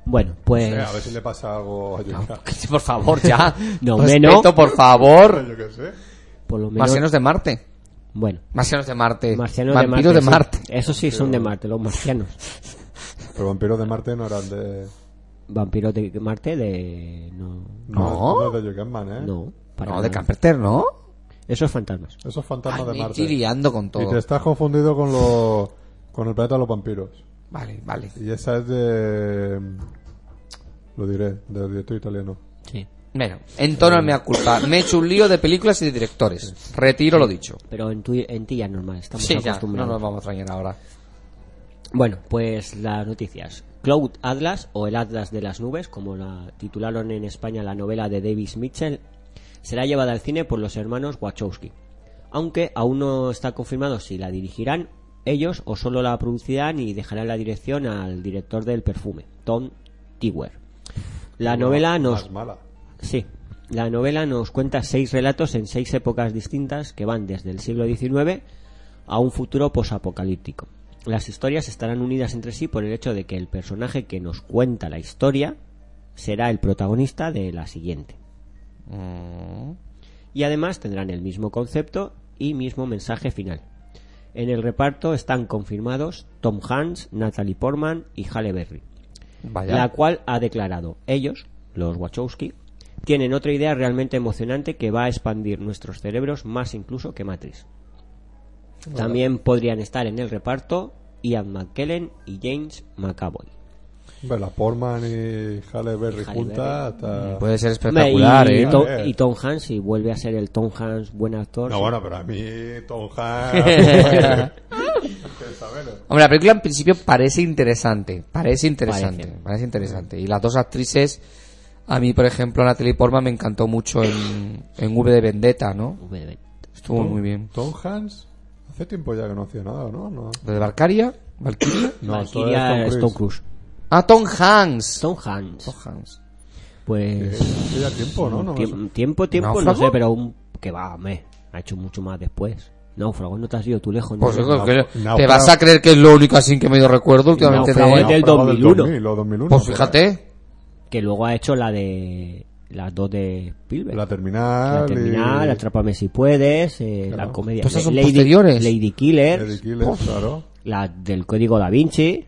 C: Bueno, pues.
B: semana. Eh, a ver si le pasa algo a Yuka.
A: Por favor, ya.
C: No, hombre,
A: Respeto,
C: no.
A: por favor.
B: Yo qué sé.
C: Por lo menos.
A: Marcianos de Marte.
C: Bueno.
A: Marcianos de
B: Eh,
A: Marte.
C: Marcianos
A: Vampiros
C: de
A: de
C: Marte.
A: Marte.
C: sí. Eh, Esos sí son de Marte, los marcianos.
B: Pero vampiros de Marte no eran de.
C: Vampiros de Marte de... No.
A: No.
B: No, de Yucatán, ¿eh?
C: No. para
A: No,
C: nada.
A: de Camperter, ¿no?
C: Esos fantasmas.
B: Esos fantasmas
A: Ay,
B: de
A: me
B: Marte.
A: estoy liando con
B: Y te
A: todo.
B: estás confundido con los con el planeta de los vampiros.
A: Vale, vale.
B: Y esa es de lo diré, del director italiano.
C: Sí.
A: Bueno, en tono me culpa. Me he hecho un lío de películas y de directores. Retiro lo dicho.
C: Pero en, tu- en ti ya es normal, estamos
A: Sí, ya, no
C: acostumbrados.
A: nos vamos a extrañar ahora.
C: Bueno, pues las noticias. Cloud Atlas o el Atlas de las Nubes, como la titularon en España la novela de Davis Mitchell, será llevada al cine por los hermanos Wachowski. Aunque aún no está confirmado si la dirigirán ellos o solo la producirán y dejarán la dirección al director del perfume, Tom Tiwer. La novela nos
B: Más mala.
C: Sí. La novela nos cuenta seis relatos en seis épocas distintas que van desde el siglo XIX a un futuro posapocalíptico. Las historias estarán unidas entre sí por el hecho de que el personaje que nos cuenta la historia será el protagonista de la siguiente.
A: Mm,
C: Y además tendrán el mismo concepto y mismo mensaje final. En el reparto están confirmados Tom Hanks, Natalie Portman y Halle Berry
A: Vaya.
C: la cual ha declarado ellos, los Wachowski, tienen otra idea realmente emocionante que va a expandir nuestros cerebros más incluso que Matrix. También podrían estar en el reparto Ian McKellen y James McAvoy.
B: Hombre, la Portman y Halle Berry
C: Halle
B: juntas hasta...
A: Mm, Puede ser
C: Hombre, y,
A: espectacular, ¿eh?
C: y Tom,
B: Joder.
C: y Tom Hanks, si vuelve a ser el Tom Hanks buen actor,
B: No,
C: sí.
B: bueno, pero a mí Tom Hanks...
A: Hombre, la película en principio parece interesante. Parece interesante.
C: Parece.
A: Parece, interesante. Y las dos actrices, a mí, por ejemplo, Natalie Portman me encantó mucho en, en V de Vendetta, ¿no?
C: Uy, uy.
A: Estuvo muy bien.
B: Tom Hanks hace tiempo ya que no hacía nada, ¿no? No,
A: ¿Lo de Valkyria? ¿Valkyria?
B: no esto
C: Valkyria
B: es Oh.
C: es Tom Cruise.
A: Ah, Tom Hanks.
C: Tom Hanks,
A: Tom Hanks.
C: pues
B: Hace ya tiempo, ¿no? no me
C: tiemp- tiempo, tiempo, no
A: ¿Náufrago?
C: sé, pero un, que va, me ha hecho mucho más después. Náufrago, no te has ido tú lejos.
A: Pues
C: no,
A: yo creo que-
B: Náufrago.
A: ¿Te vas a creer que es lo único así que medio recuerdo últimamente de
C: Náufrago
A: él?
C: es del
B: Náufrago del
C: 2001.
B: 2000 o 2001.
A: Pues fíjate.
C: que luego ha hecho la de las dos de Spielberg.
B: La
C: La,
B: terminal,
C: terminal,
B: y...
C: Atrápame si puedes, eh,
B: Claro.
C: la comedia.
A: Todas Pues esas son
C: Lady,
A: posteriores.
C: Lady Killer,
B: Eddie Killer, claro.
C: la del código da Vinci,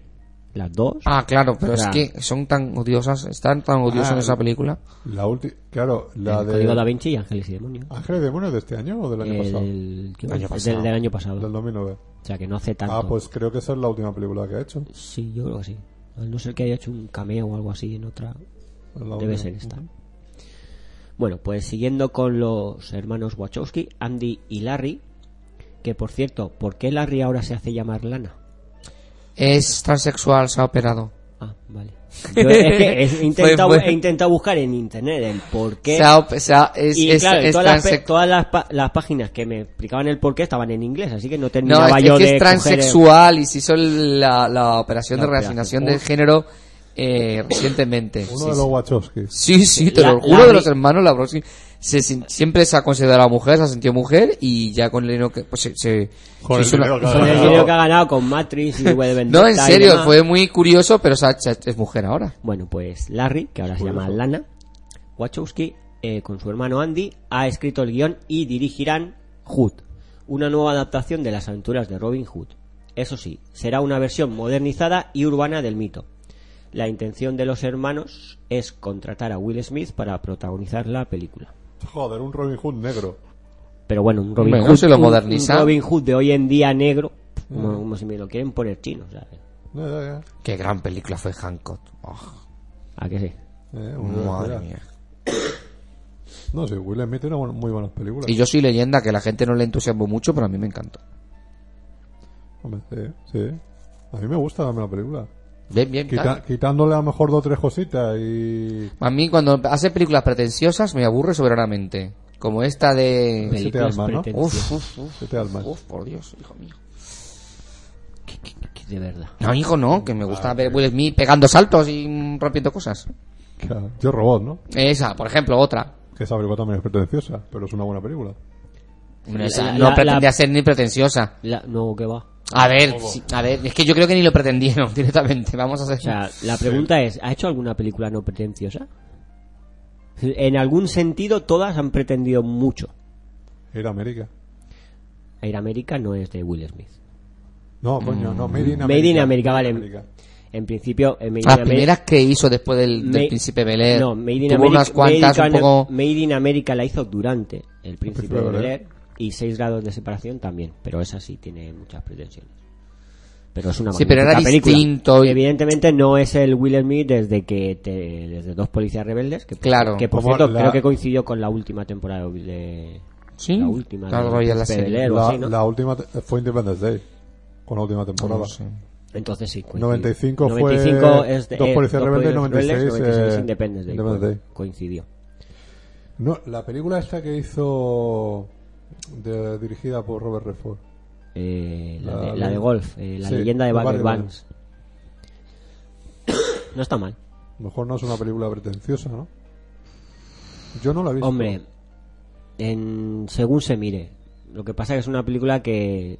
C: las dos.
A: Ah, claro, pero
C: Claro.
A: es que son tan odiosas, están tan odiosas en esa película.
B: La última... Claro, la
C: el código da
B: de...
C: Vinci y Ángeles y Demonios.
B: ¿Ángeles de Demonios de este año o del año
C: El-
B: pasado?
C: ¿qué
A: El
C: más?
A: año
C: Es
A: pasado.
C: Del, del año pasado.
B: Del 2009.
C: O sea, que no hace tanto.
B: Ah, pues creo que esa es la última película que ha hecho.
C: Sí, yo creo que sí. A no ser que haya hecho un cameo o algo así en otra.
B: Es la
C: Debe
B: última.
C: ser esta. Bueno, pues siguiendo con los hermanos Wachowski, Andy y Larry. Que por cierto, ¿por qué Larry ahora se hace llamar Lana?
A: Es transexual, se ha operado.
C: Ah, vale. Yo es que he intentado,
A: Fue- fue-
C: he intentado buscar en internet el por qué.
A: Se ha, op- se ha- es,
C: y
A: es-
C: claro,
A: es
C: todas, las, pe-
A: transex-
C: todas las, pa- las páginas que me explicaban el por qué estaban en inglés, así que no
A: No,
C: terminaba
A: es,
C: yo
A: es que
C: de
A: es
C: coger
A: transexual y se hizo el- la, la operación
C: La
A: de reasignación
C: operación.
A: de género eh, recientemente.
B: Uno
A: Sí,
B: de
A: sí.
B: los Wachowski.
A: Sí, sí, te
C: La-
A: lo juro,
C: la-
A: de los hermanos Labrowski. Se, sin- siempre se ha considerado mujer, se ha sentido mujer y ya con el dinero que... Pues, se, se-
B: Joder,
A: se hizo
B: el
A: una-
B: dinero que ha
C: el- con el dinero que ha ganado con Matrix y V de
A: No, en
C: Vendetta y
A: serio,
C: demás.
A: fue muy curioso, pero se ha- se ha- es mujer ahora.
C: Bueno, pues Larry, que ahora se llama Lana, Wachowski, eh, con su hermano Andy, ha escrito el guión y dirigirán Hood, una nueva adaptación de las aventuras de Robin Hood. Eso sí, será una versión modernizada y urbana del mito. La intención de los hermanos es contratar a Will Smith para protagonizar la película.
B: Joder, un Robin Hood negro.
C: Pero bueno, un Robin
A: Hombre,
C: Hood,
A: se lo
C: un-
A: moderniza. Mm.
C: un Robin Hood de hoy en día negro, como, como si me lo quieren poner chino, ¿sabes?
B: Ya, ya,
A: Qué gran película fue Hancock. Oh,
C: ¿A que sí?
B: ya. Eh, un-
A: madre
B: ya.
A: mía.
B: No, sí, Will Smith tiene bu- muy buenas películas.
A: Y yo soy leyenda, que la gente no le entusiasmó mucho, pero a mí me encantó.
B: Hombre, sí, sí. A mí me gusta también la película.
A: Bien, bien,
B: Quita-
A: claro.
B: Quitándole a lo mejor dos o tres cositas y...
A: A mí cuando hace películas pretenciosas me aburre soberanamente. Como esta de...
B: Siete
C: Películas
B: almas, ¿no?
C: pretenciosas.
A: Uf, uf, uf,
B: Siete almas.
A: uf, por Dios, hijo mío.
C: Que- que- que- que De verdad.
A: No, hijo, no, que me gusta ver Will Smith pegando saltos y mm, rompiendo cosas.
B: Claro. Yo Robot, ¿no?
A: Esa, por ejemplo, otra.
B: Que esa película también es pretenciosa, pero es una buena película.
A: Hombre,
C: La-
A: esa
C: la-
A: no
C: la-
A: pretendía
C: la-
A: ser ni pretenciosa.
C: La- no, que va.
A: A ver, sí, a ver, es que yo creo que ni lo pretendieron directamente. Vamos a hacer...
C: O sea, la pregunta es, ¿ha hecho alguna película no pretenciosa? En algún sentido todas han pretendido mucho.
B: Era América.
C: Air America no es de Will Smith.
B: No, coño, no, Made in America.
C: Mm. Made in America, vale.
B: América.
C: En principio, en Made in
A: Las
C: Ameri-
A: primeras que hizo después Ah, del, del
C: Ma-
A: Príncipe Belén.
C: No, Made in
A: tuvo
C: Ameri-
A: unas cuantas
C: Made
A: un
C: in-
A: poco.
C: Made in America la hizo durante El Príncipe
B: Príncipe
C: de
B: Bel-Air.
C: Bel Air y 6 grados de separación también, pero esa sí tiene muchas pretensiones. Pero es una
A: Sí, pero era
C: magnífica Ah, película.
A: distinto y-
C: Evidentemente no es el Will Smith desde que te- desde dos policías rebeldes que por-
A: Claro.
C: que por
B: Como
C: cierto
B: la-
C: creo que coincidió con la última temporada de- de
A: Sí,
C: la última
A: claro,
C: de-
A: ya la
C: de
A: serie.
C: Bel Air o
B: La,
C: así, ¿no?
B: la última te- fue Independence Day, con la última temporada.
A: No sé.
C: Entonces sí, coincide.
B: 95 fue
C: es de-
B: Dos
C: eh,
B: Policías Rebeldes,
C: Policías
B: 96, eh,
C: Independence Day,
B: Independence Day.
C: coincidió.
B: No, la película esta que hizo de- dirigida por Robert Redford.
C: Eh, la,
B: La
C: de,
B: de-
C: la de golf, eh, la
B: sí,
C: leyenda de
B: de
C: Barry
B: Barry
C: Vance. No está mal.
B: Mejor no es una película pretenciosa, ¿no? Yo no la he visto.
C: Hombre, en, según se mire. Lo que pasa es que es una película que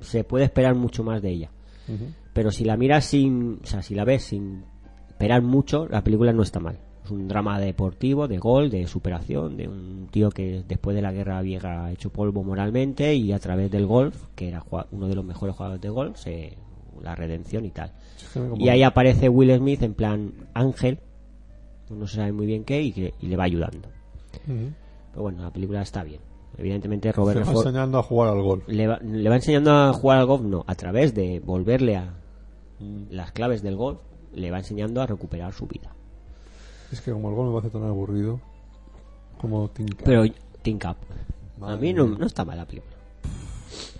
C: se puede esperar mucho más de ella.
B: Ujú.
C: Pero si la miras sin. O sea, si la ves sin esperar mucho, la película no está mal. Es un drama deportivo, de gol, de superación, de un tío que después de la guerra vieja ha hecho polvo moralmente y a través del golf, que era jua- uno de los mejores jugadores de golf, se, la redención y tal.
B: Es que me
C: Y
B: confunde.
C: ahí aparece Will Smith en plan ángel, no se sabe muy bien qué, y, que- y le va ayudando.
B: Ujú.
C: Pero bueno, la película está bien. Evidentemente Robert
B: Se va
C: Redford
B: enseñando a jugar al golf.
C: le va, le va enseñando a jugar al golf, no, a través de volverle a las claves del golf, le va enseñando a recuperar su vida.
B: Es que como el golf me parece tan aburrido. Como Tinka.
C: Pero Team Cup, a
B: Madre
C: mí no,
B: mía.
C: no está mal la película.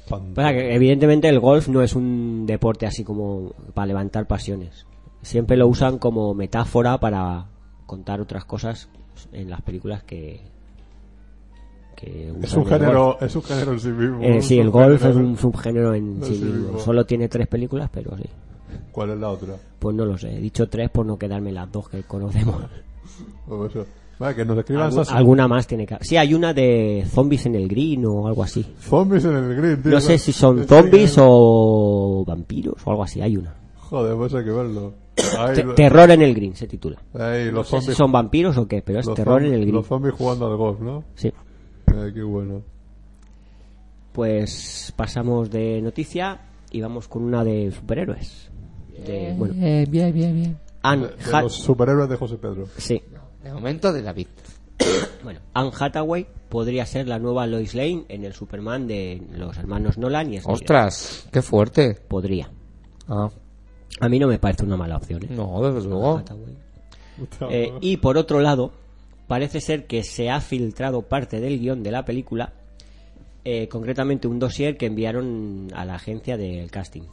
B: Pan-
C: Pasa que, evidentemente el golf no es un deporte así como para levantar pasiones. Siempre lo usan como metáfora para contar otras cosas en las películas que... que
B: Es
C: usan
B: un
C: el golf.
B: género, es un género en sí mismo.
C: Eh,
B: es
C: sí,
B: un
C: el golf es
B: género.
C: un subgénero en
B: No
C: sí
B: es el
C: mismo.
B: mismo.
C: Solo tiene tres películas, pero sí.
B: ¿Cuál es la otra?
C: Pues no lo sé, he dicho tres por no quedarme las dos que conocemos.
B: O eso. Vale, que nos escriban
C: Algu-
B: esas
C: alguna más tiene que Sí, hay una de zombies en el green o algo así.
B: zombies en el green, tío.
C: No sé si son
B: Es
C: zombies
B: que-
C: o vampiros o algo así, hay una.
B: Joder, pues hay que verlo.
C: Te-
B: Ahí,
C: terror en el green se titula.
B: ahí, los
C: No sé si
B: zombies.
C: son vampiros o qué, pero es
B: los
C: terror
B: zombies-
C: en el green.
B: Los zombies jugando al golf, ¿no?
C: Sí.
B: Eh, qué bueno.
C: Pues pasamos de noticia y vamos con una de superhéroes. De, bueno,
A: Eh, bien, bien, bien.
C: Anne
B: De
C: Hat-
B: los superhéroes de José Pedro.
C: sí.
A: De momento de David.
C: Bueno, Anne Hathaway podría ser la nueva Lois Lane en el Superman de los hermanos Nolan y Snyder.
A: Ostras, qué fuerte.
C: Podría.
A: Ah,
C: A mí no me parece una mala opción. ¿eh?
A: no, desde luego.
C: Hathaway.
B: Puta
C: Eh,
B: madre.
C: y por otro lado, parece ser que se ha filtrado parte del guión de la película, eh, concretamente un dossier que enviaron a la agencia del casting.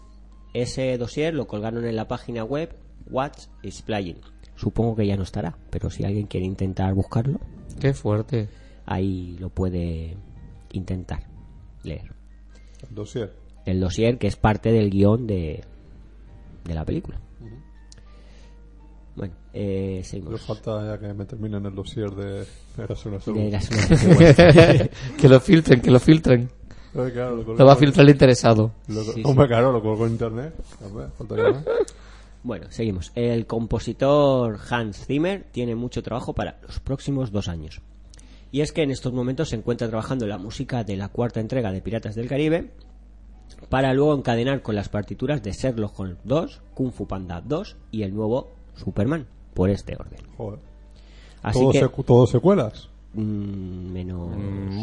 C: Ese dossier lo colgaron en la página web Watch is Playing. Supongo que ya no estará, pero si alguien quiere intentar buscarlo,
A: Qué fuerte.
C: ahí lo puede intentar leer.
B: El dossier.
C: El dossier que es parte del guión de, de la película. Bueno, eh,
B: Pero
C: seguimos.
B: falta ya que me terminen el dossier de. Eras una
C: De
B: segunda.
C: las secuencias.
A: que lo filtren, que lo filtren.
B: Eh, claro, lo,
A: Lo va a
B: colgó-
A: filtrar el interesado.
B: lo-
C: Sí,
B: Hombre, claro, lo colgó en internet. A ver, falta que más.
C: Bueno, seguimos. El compositor Hans Zimmer tiene mucho trabajo para los próximos dos años. Y es que en estos momentos se encuentra trabajando en la música de la cuarta entrega de Piratas del Caribe para luego encadenar con las partituras de Sherlock Holmes 2, Kung Fu Panda 2 y el nuevo Superman, por este orden.
B: Joder.
C: Así
B: Todo,
C: que...
B: secu- todo secuelas.
C: mm, menos...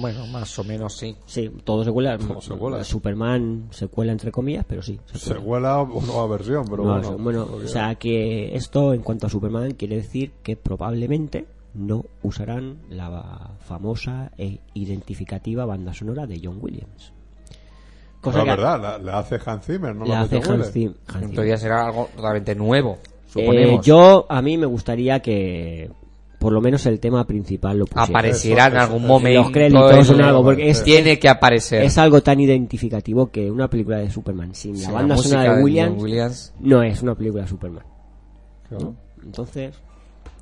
A: Bueno, más o menos sí.
C: Sí, todo secuela.
B: Todo secuela.
C: Superman secuela entre comillas, pero sí. secuela.
B: Secuela o nueva versión, pero
C: No,
B: bueno.
C: eso, bueno,
B: porque-
C: o sea que esto en cuanto a Superman quiere decir que probablemente no usarán la famosa e identificativa banda sonora de John Williams.
B: Ah, Pero es
C: que
B: verdad, la, la hace Hans Zimmer, ¿no?
C: la hace
B: Peter Weller.
C: Hans Zim- Hans Zimmer.
A: Entonces ya será algo totalmente nuevo,
C: Eh,
A: suponemos.
C: yo, a mí me gustaría que por lo menos el tema principal lo pusieran.
A: Aparecerá en
B: Eso, eso,
A: algún
B: eso.
A: momento.
C: Los créditos
A: en-
C: son algo, porque es-
A: tiene que aparecer.
C: Es algo tan identificativo que una película de Superman sin la
A: Sí,
C: banda
A: música
C: sonora de
A: John
C: Williams,
A: Williams.
C: no es una película de Superman.
B: Claro.
C: Entonces,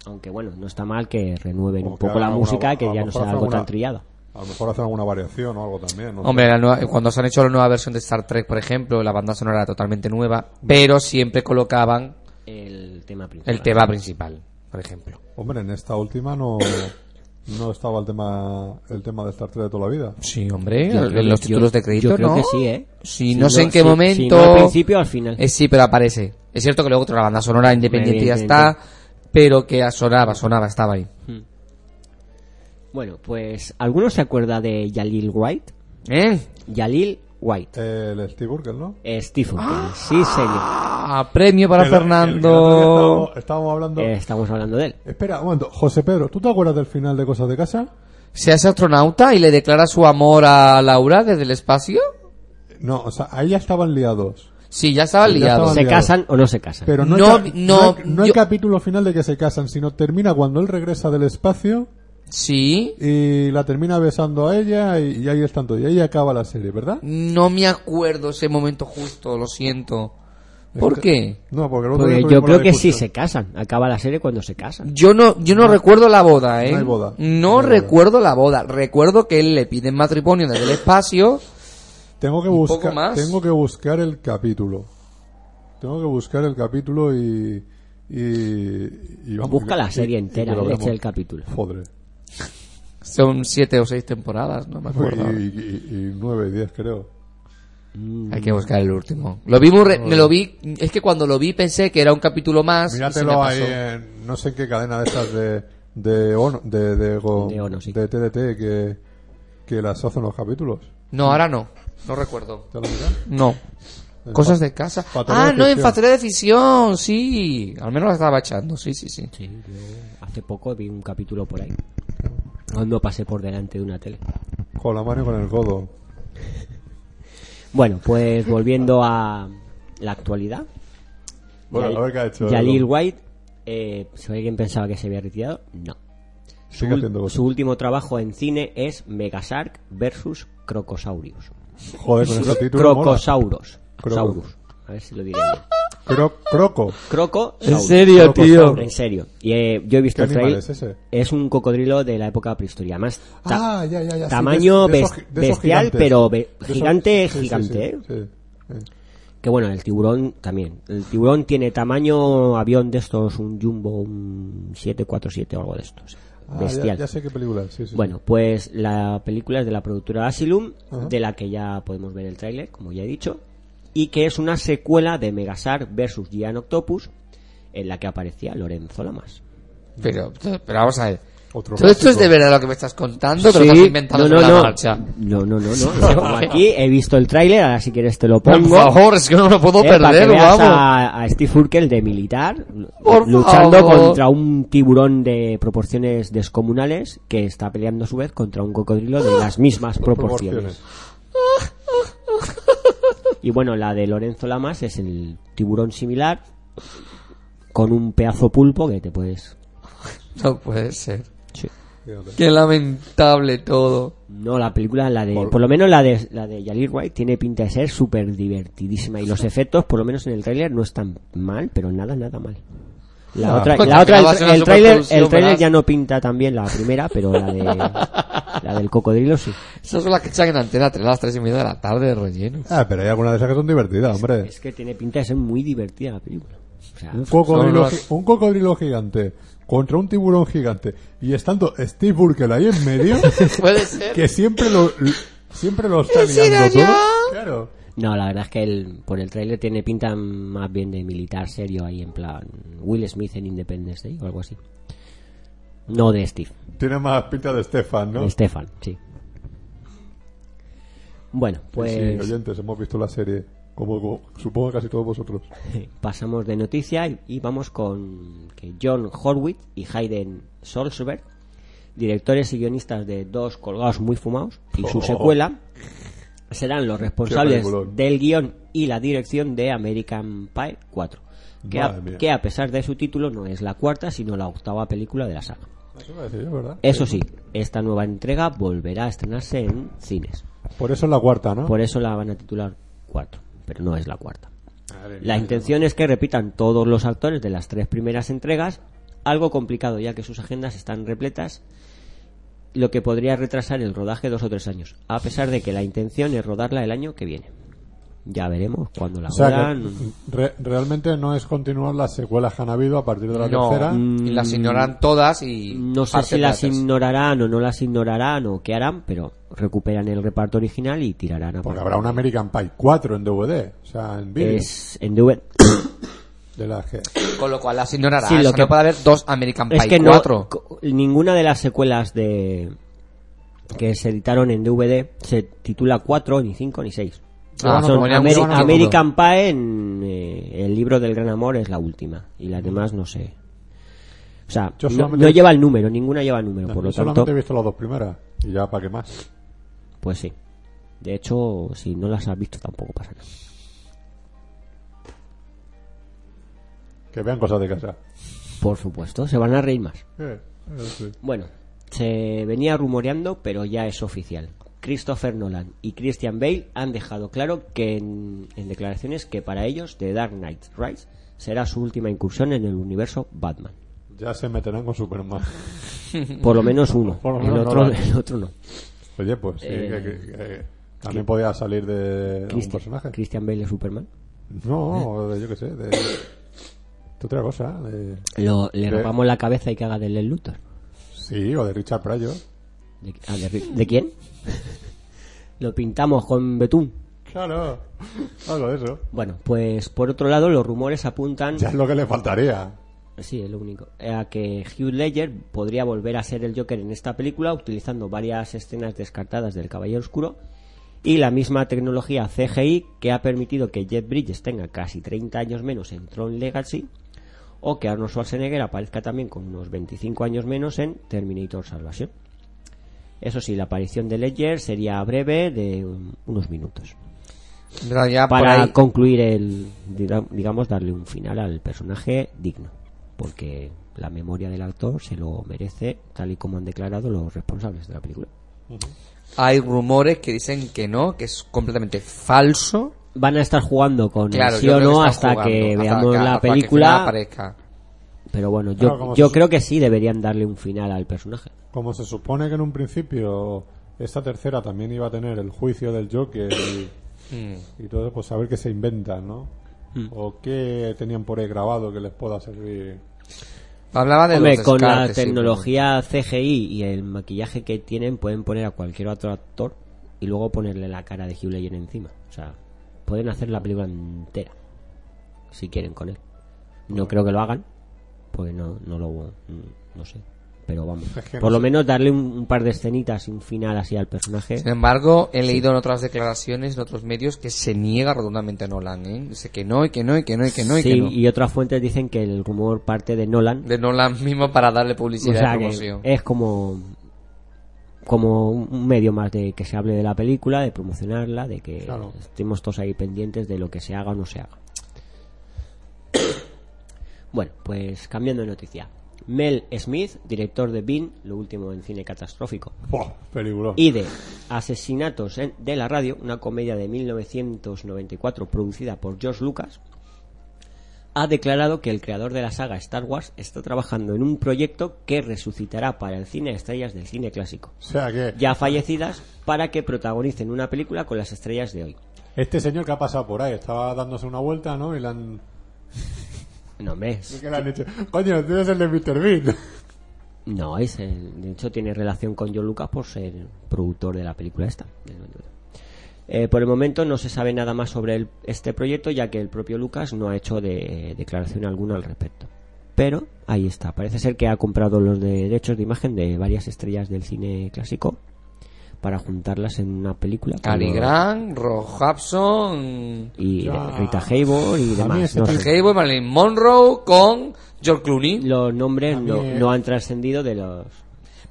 C: aunque bueno, no está mal que renueven
B: O
C: un
B: que
C: poco la
B: hagan
C: música,
B: alguna-
C: que
B: a
C: ya
B: lo
C: no
B: mejor
C: sea
B: hacen
C: algo tan
B: alguna-
C: trillado.
B: A lo mejor hacen alguna variación o algo también. ¿no?
A: Hombre, la nueva- cuando se han hecho la nueva versión de Star Trek, por ejemplo, la banda sonora era totalmente nueva, pero siempre colocaban
C: El tema principal.
A: el tema principal, por ejemplo.
B: Hombre, en esta última no. no estaba el tema el tema de Star Trek de toda la vida.
A: Sí, hombre,
C: Yo creo
A: en los
C: que-
A: títulos
C: yo-
A: de crédito,
C: yo creo
A: ¿no?
C: que sí, ¿eh?
A: Si,
C: Si
A: no sé
C: no-
A: en qué
C: si- si no
A: momento...
C: al principio, al final.
A: Eh, sí, pero aparece. Es cierto que luego otra banda sonora independiente ya está,
C: Evidentemente.
A: pero que sonaba, sonaba, estaba ahí.
C: Bueno, pues ¿alguno se acuerda de Yalil White?
A: ¿Eh?
C: Yalil White.
B: El Steve Urkel, ¿no?
C: Eh, Steve Urkel. Sí, señor.
A: Ah, premio para
B: El- el- el otro día
A: Fernando.
B: estábamos, estábamos hablando.
C: Eh, estamos hablando de él.
B: Espera, un momento. José Pedro, ¿tú te acuerdas del final de Cosas de Casa?
A: ¿Se hace astronauta y le declara su amor a Laura desde el espacio?
B: No, o sea, ahí ya estaban liados.
A: Sí, ya estaba
B: Ya
A: liado.
B: estaban-
C: ¿Se
B: Olvidado.
C: casan o no se casan?
B: Pero no,
A: No,
B: el, ca-
A: no,
B: el- no el
A: yo-
B: capítulo final de que se casan, sino termina cuando él regresa del espacio
A: Sí.
B: y la termina besando a ella y, y ahí es tanto. Y ahí acaba la serie, ¿verdad?
C: Mm.
A: No me acuerdo ese momento justo, lo siento. ¿Por qué?
B: No, porque el otro día
C: Porque yo
B: tuvimos
C: creo
B: la
C: que sí
B: discusión.
C: se casan. Acaba la serie cuando se casan.
A: Yo no, yo no recuerdo la boda, ¿eh?
B: No hay boda.
A: No
B: No hay boda.
A: recuerdo la boda. Recuerdo que él le pide matrimonio desde el espacio.
B: Tengo que
A: poco
B: buscar,
A: más.
B: tengo que buscar el capítulo. Tengo que buscar el capítulo y y, y vamos,
C: Busca la
B: y-
C: serie
B: y-
C: entera,
B: y lo
C: leche
B: veremos.
C: del capítulo.
B: Joder.
A: Son siete o seis temporadas, no me acuerdo.
B: Y, y, y nueve, diez creo.
A: Hay que buscar el último. Lo vi muy re- me lo vi, es que cuando lo vi pensé que era un capítulo más. y se me
B: Míratelo ahí eh.
A: pasó.
B: en, no sé en qué cadena de estas de de Ono, de de, go-
C: De Ono, sí.
B: de TDT que que las hacen los capítulos.
A: No, ahora no. No recuerdo.
B: ¿Te lo miras?
A: No.
B: En
A: Cosas
B: fa-
A: de casa.
B: Factoría
A: Ah,
B: de
A: no, en
B: ficción.
A: Factoría de Ficción, sí. Al menos la estaba echando, sí, sí, sí.
C: Sí, yo hace poco vi un capítulo por ahí. Cuando pasé por delante de una tele.
B: Con la mano y con el codo.
C: Bueno, pues volviendo a la actualidad.
B: Bueno,
C: Yal-
B: a ver qué ha hecho.
C: Yalil
B: Edu.
C: White, eh, si alguien pensaba que se había retirado, no. Su,
B: Sigue
C: ul-
B: haciendo cosas.
C: su último trabajo en cine es Megashark versus Crocosaurios.
B: Joder, con ese título mola.
C: Crocosauros.
B: Croco.
C: Saurus. A ver si lo diré bien.
B: Cro- Croco.
C: Croco.
A: serio,
B: tío?
C: En serio. Y, eh, yo he visto
B: ¿Qué
C: el
B: animal
C: trail.
B: es ese?
C: un cocodrilo de la época prehistórica. Además, ta-
B: Ah, ya, ya, ya, sí,
C: tamaño
B: de- de esos-
C: bes-
B: de esos
C: bestial,
B: gigantes.
C: pero be-
B: De esos-
C: gigante es
B: sí, sí,
C: gigante,
B: sí,
C: ¿eh?
B: sí, sí.
C: Que bueno, el tiburón también. El tiburón tiene tamaño avión de estos, un jumbo, un 747 o algo de estos.
B: Ah, ya,
C: Bestial.
B: ya sé qué película es, sí, sí.
C: Bueno, pues la película es de la productora Asylum,
B: Ajá.
C: de la que ya podemos ver el tráiler, como ya he dicho, y que es una secuela de Megasar vs. Gian Octopus, en la que aparecía Lorenzo Lamas.
A: Pero, pero vamos a ver.
B: Otro
A: Todo esto es
B: clásico.
A: de verdad lo que me estás contando, te lo has inventado sobre la marcha.
C: no, no, no, no. Lo tengo aquí he visto el tráiler, ahora si quieres te lo
A: Por
C: pongo.
A: favor, es que no me lo puedo
C: eh, para que
A: perder,
C: veas
A: vamos.
C: a, a Steve Urkel de militar
A: Por
C: luchando
A: favor.
C: contra un tiburón de proporciones descomunales que está peleando a su vez contra un cocodrilo de las mismas proporciones.
B: Proporciones.
C: Y bueno, la de Lorenzo Lamas es el tiburón similar con un pedazo pulpo que te puedes...
A: No puede ser.
B: Fíjate.
A: Qué lamentable todo.
C: No, la película, la de, por lo menos la de, la de Yalir White tiene pinta de ser súper divertidísima y los efectos, por lo menos en el tráiler, no están mal, pero nada, nada mal. La
B: Ah,
C: otra,
A: coño,
C: la otra,
A: que no va a
C: el,
A: ser una
C: el tráiler, el
A: superproducción,
C: tráiler
A: verás.
C: ya no pinta tan bien la primera, pero la de, la del cocodrilo sí.
A: Esas son las que echan en antena 3 a las 3 y media de la tarde de relleno.
B: Ah, pero hay algunas de esas que son divertidas, hombre.
C: Es que tiene pinta de ser muy divertida la película. O sea,
B: Un cocodrilo,
A: Son
B: gi-
A: las-
B: un cocodrilo gigante contra un tiburón gigante y estando Steve Burkel ahí en medio,
A: Puede ser.
B: que siempre lo, siempre lo está liando todo. Claro.
C: No, la verdad es que el, por el tráiler tiene pinta más bien de militar serio ahí en plan Will Smith en Independence Day o algo así. No de Steve,
B: Tiene más pinta de Stefan, ¿no?
C: de Stefan, sí. Bueno, pues
B: Sí, oyentes, hemos visto la serie, como, como supongo casi todos vosotros.
C: pasamos de noticia y, y vamos con que John Horwitz y Hayden Solsberg, directores y guionistas de Dos Colgados Muy Fumados y su
B: Oh.
C: secuela, serán los responsables
B: peliculón.
C: del guión y la dirección de American Pie 4, que a,
B: Madre mía.
C: que a pesar de su título no es la cuarta, sino la octava película de la saga.
B: Eso iba a decir yo, ¿verdad?
C: Eso sí, esta nueva entrega volverá a estrenarse en cines.
B: Por eso es la cuarta, ¿no?
C: Por eso la van a titular 4, pero no es la cuarta. La intención es que repitan todos los actores de las tres primeras entregas, algo complicado ya que sus agendas están repletas, lo que podría retrasar el rodaje dos o tres años, a pesar de que la intención es rodarla el año que viene. Ya veremos cuando la
B: O sea, que
C: abran.
B: re- realmente no es continuar las secuelas que han habido a partir de la
C: No,
B: tercera.
C: mm,
A: Y las ignoran todas y.
C: No sé
A: parte
C: si las
A: tras-
C: ignorarán o no las ignorarán o qué harán, pero recuperan el reparto original y tirarán
B: Porque
C: a por-
B: Pues habrá un American Pie 4 en DVD, o sea, en vídeo.
C: Es en E. DVD.
B: De las que...
A: Con lo cual las ignorará. Ah,
C: Sí, lo
A: Eso
C: que-
A: no puede haber dos American
C: es
A: Pie
C: que no-
A: 4.
C: co- ninguna de las secuelas de que se editaron en DVD se titula 4, ni 5, ni 6.
A: Ah,
C: Son
A: ponía un
C: Ameri-
A: solo.
C: American Pie en eh, el libro del gran amor es la última y las demás no sé. O sea,
B: Yo
C: no,
B: solamente-
C: no lleva el número, ninguna lleva el número, por lo
B: solamente
C: tanto,
B: he visto las dos primeras. Y ya, ¿para qué más?
C: pues sí. De hecho, si no las has visto tampoco pasa nada.
B: Que vean cosas de casa.
C: Por supuesto, se van a reír más.
B: Eh, eh, sí.
C: Bueno, se venía rumoreando, pero ya es oficial. Christopher Nolan y Christian Bale han dejado claro que en, en declaraciones que para ellos The Dark Knight Rise será su última incursión en el universo Batman.
B: Ya se meterán con Superman.
C: Por lo menos uno.
B: Por lo
C: el,
B: menos
C: otro,
B: Nolan.
C: el otro no.
B: Oye, pues sí,
C: Eh,
B: que- que- que también podía salir de un
C: Christi-
B: personaje.
C: Christian Bale es Superman.
B: No, o de, yo qué sé, de, de otra cosa. de-
C: Lo- le
B: Eh.
C: robamos la cabeza y que haga de Lex Luthor.
B: sí, o de Richard Pryor.
C: ¿De, ah, de Ri- ¿de quién? lo pintamos con betún.
B: Claro, algo de eso.
C: Bueno, pues por otro lado, los rumores apuntan.
B: Ya es lo que le faltaría.
C: Sí, es lo único. Eh, A que Hugh Ledger podría volver a ser el Joker en esta película utilizando varias escenas descartadas del Caballero Oscuro y la misma tecnología CGI que ha permitido que Jet Bridges tenga casi 30 años menos en Tron Legacy o que Arnold Schwarzenegger aparezca también con unos 25 años menos en Terminator Salvation. Eso sí, la aparición de Ledger sería breve de un- unos minutos
A: En realidad, por
C: para
A: ahí-
C: concluir el diga- digamos darle un final al personaje digno porque la memoria del actor se lo merece tal y como han declarado los responsables de la película
A: hay rumores que dicen que no, que es completamente falso.
C: van a estar jugando con el
A: Claro,
C: sí
A: yo
C: o
A: creo
C: no
A: que
C: hasta
A: están jugando,
C: que
A: hasta
C: veamos
A: que-
C: la
A: hasta que
C: película
A: final aparezca.
C: pero bueno
B: Claro,
C: yo
B: como
C: yo
B: se-
C: creo que sí deberían darle un final al personaje
B: Como se supone que en un principio esta tercera también iba a tener el juicio del Joker y,
A: Hmm.
B: y todo, pues a ver qué se inventan, ¿no?
C: Mm.
B: O qué tenían por ahí grabado que les pueda servir.
A: Hablaba de
C: Hombre,
A: los
C: con la
A: descartes, sí,
C: tecnología CGI y el maquillaje que tienen pueden poner a cualquier otro actor y luego ponerle la cara de Hugh Ledger encima o sea pueden hacer la película entera si quieren con él no creo que lo hagan porque no no lo no sé pero vamos
B: Es que no
C: por lo
B: sé.
C: menos darle un, un par de escenitas y un final así al personaje
A: Sin embargo, he leído en otras declaraciones, en otros medios, que se niega rotundamente a Nolan, ¿eh? Dice que no, y que no, y que no, y que no, y
C: sí
A: que no.
C: y otras fuentes dicen que el rumor parte de Nolan
A: De Nolan mismo para darle
C: O
A: publicidad
C: sea
A: y
C: que
A: promoción.
C: es como como un medio más de que se hable de la película, de promocionarla, de que
B: Claro.
C: estemos todos ahí pendientes de lo que se haga o no se haga. bueno, pues cambiando de noticia. Mel Smith, director de Bean, lo último en cine catastrófico,
B: ¡Buah! Peligro.
C: y de Asesinatos en- de la Radio, una comedia de 1994 producida por George Lucas, ha declarado que el creador de la saga Star Wars está trabajando en un proyecto que resucitará para el cine a estrellas del cine clásico,
B: O sea que
C: ya fallecidas, para que protagonicen una película con las estrellas de hoy.
B: este señor que ha pasado por ahí estaba dándose una vuelta, ¿no? Y le han,
C: No, hombre,
B: y que le han hecho, coño, tú eres el de Mr. Bean.
C: No, es el- de hecho tiene relación con John Lucas por ser productor de la película esta. Eh, por el momento no se sabe nada más sobre el- este proyecto, ya que el propio Lucas no ha hecho de- declaración alguna al respecto. Pero ahí está, parece ser que ha comprado los derechos de imagen de varias estrellas del cine clásico para juntarlas en una película. con
A: Cary
C: los-
A: Grant, Rob Hudson,
C: y
B: Ya.
C: Rita Hayworth y
B: A mí
C: demás.
B: este
C: no sé.
B: tío-
A: Cable, Marilyn Monroe con George Clooney.
C: Los nombres
B: A mí,
C: no,
B: eh,
C: no han trascendido de los,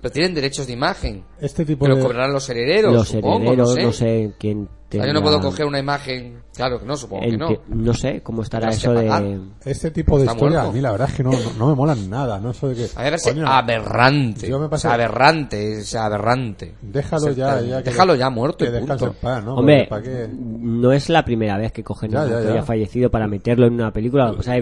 A: Pero tienen derechos de imagen.
B: Este tipo
A: Que lo
B: de...
A: cobrarán los herederos,
C: Pues los
A: supongo,
C: herederos,
A: no sé.
C: no sé quién.
A: O sea, yo no
C: tendrá-
A: puedo coger una imagen... Claro que no, supongo que
C: En
A: no.
C: que- no sé cómo estará
A: Tendrás
C: eso
A: que pagar.
C: de.
B: Este tipo de
A: Está
B: historia
A: muerto.
B: a mí la verdad es que no, no, no me molan nada, ¿no? Eso de que...
A: A mí me parece
B: coño,
A: aberrante.
B: Yo me
A: O sea,
B: pasé-
A: aberrante, o sea, aberrante.
B: Déjalo
A: O sea,
B: ya, ya que-
A: déjalo ya muerto
B: que
A: y
B: descanse
A: punto.
B: en paz, ¿no?
C: Hombre,
B: Porque ¿para qué?
C: no es la primera vez que cogen
B: Ya,
C: a un
B: ya,
C: actor
B: ya.
C: ya fallecido para meterlo en una película. O sea,
B: Laurence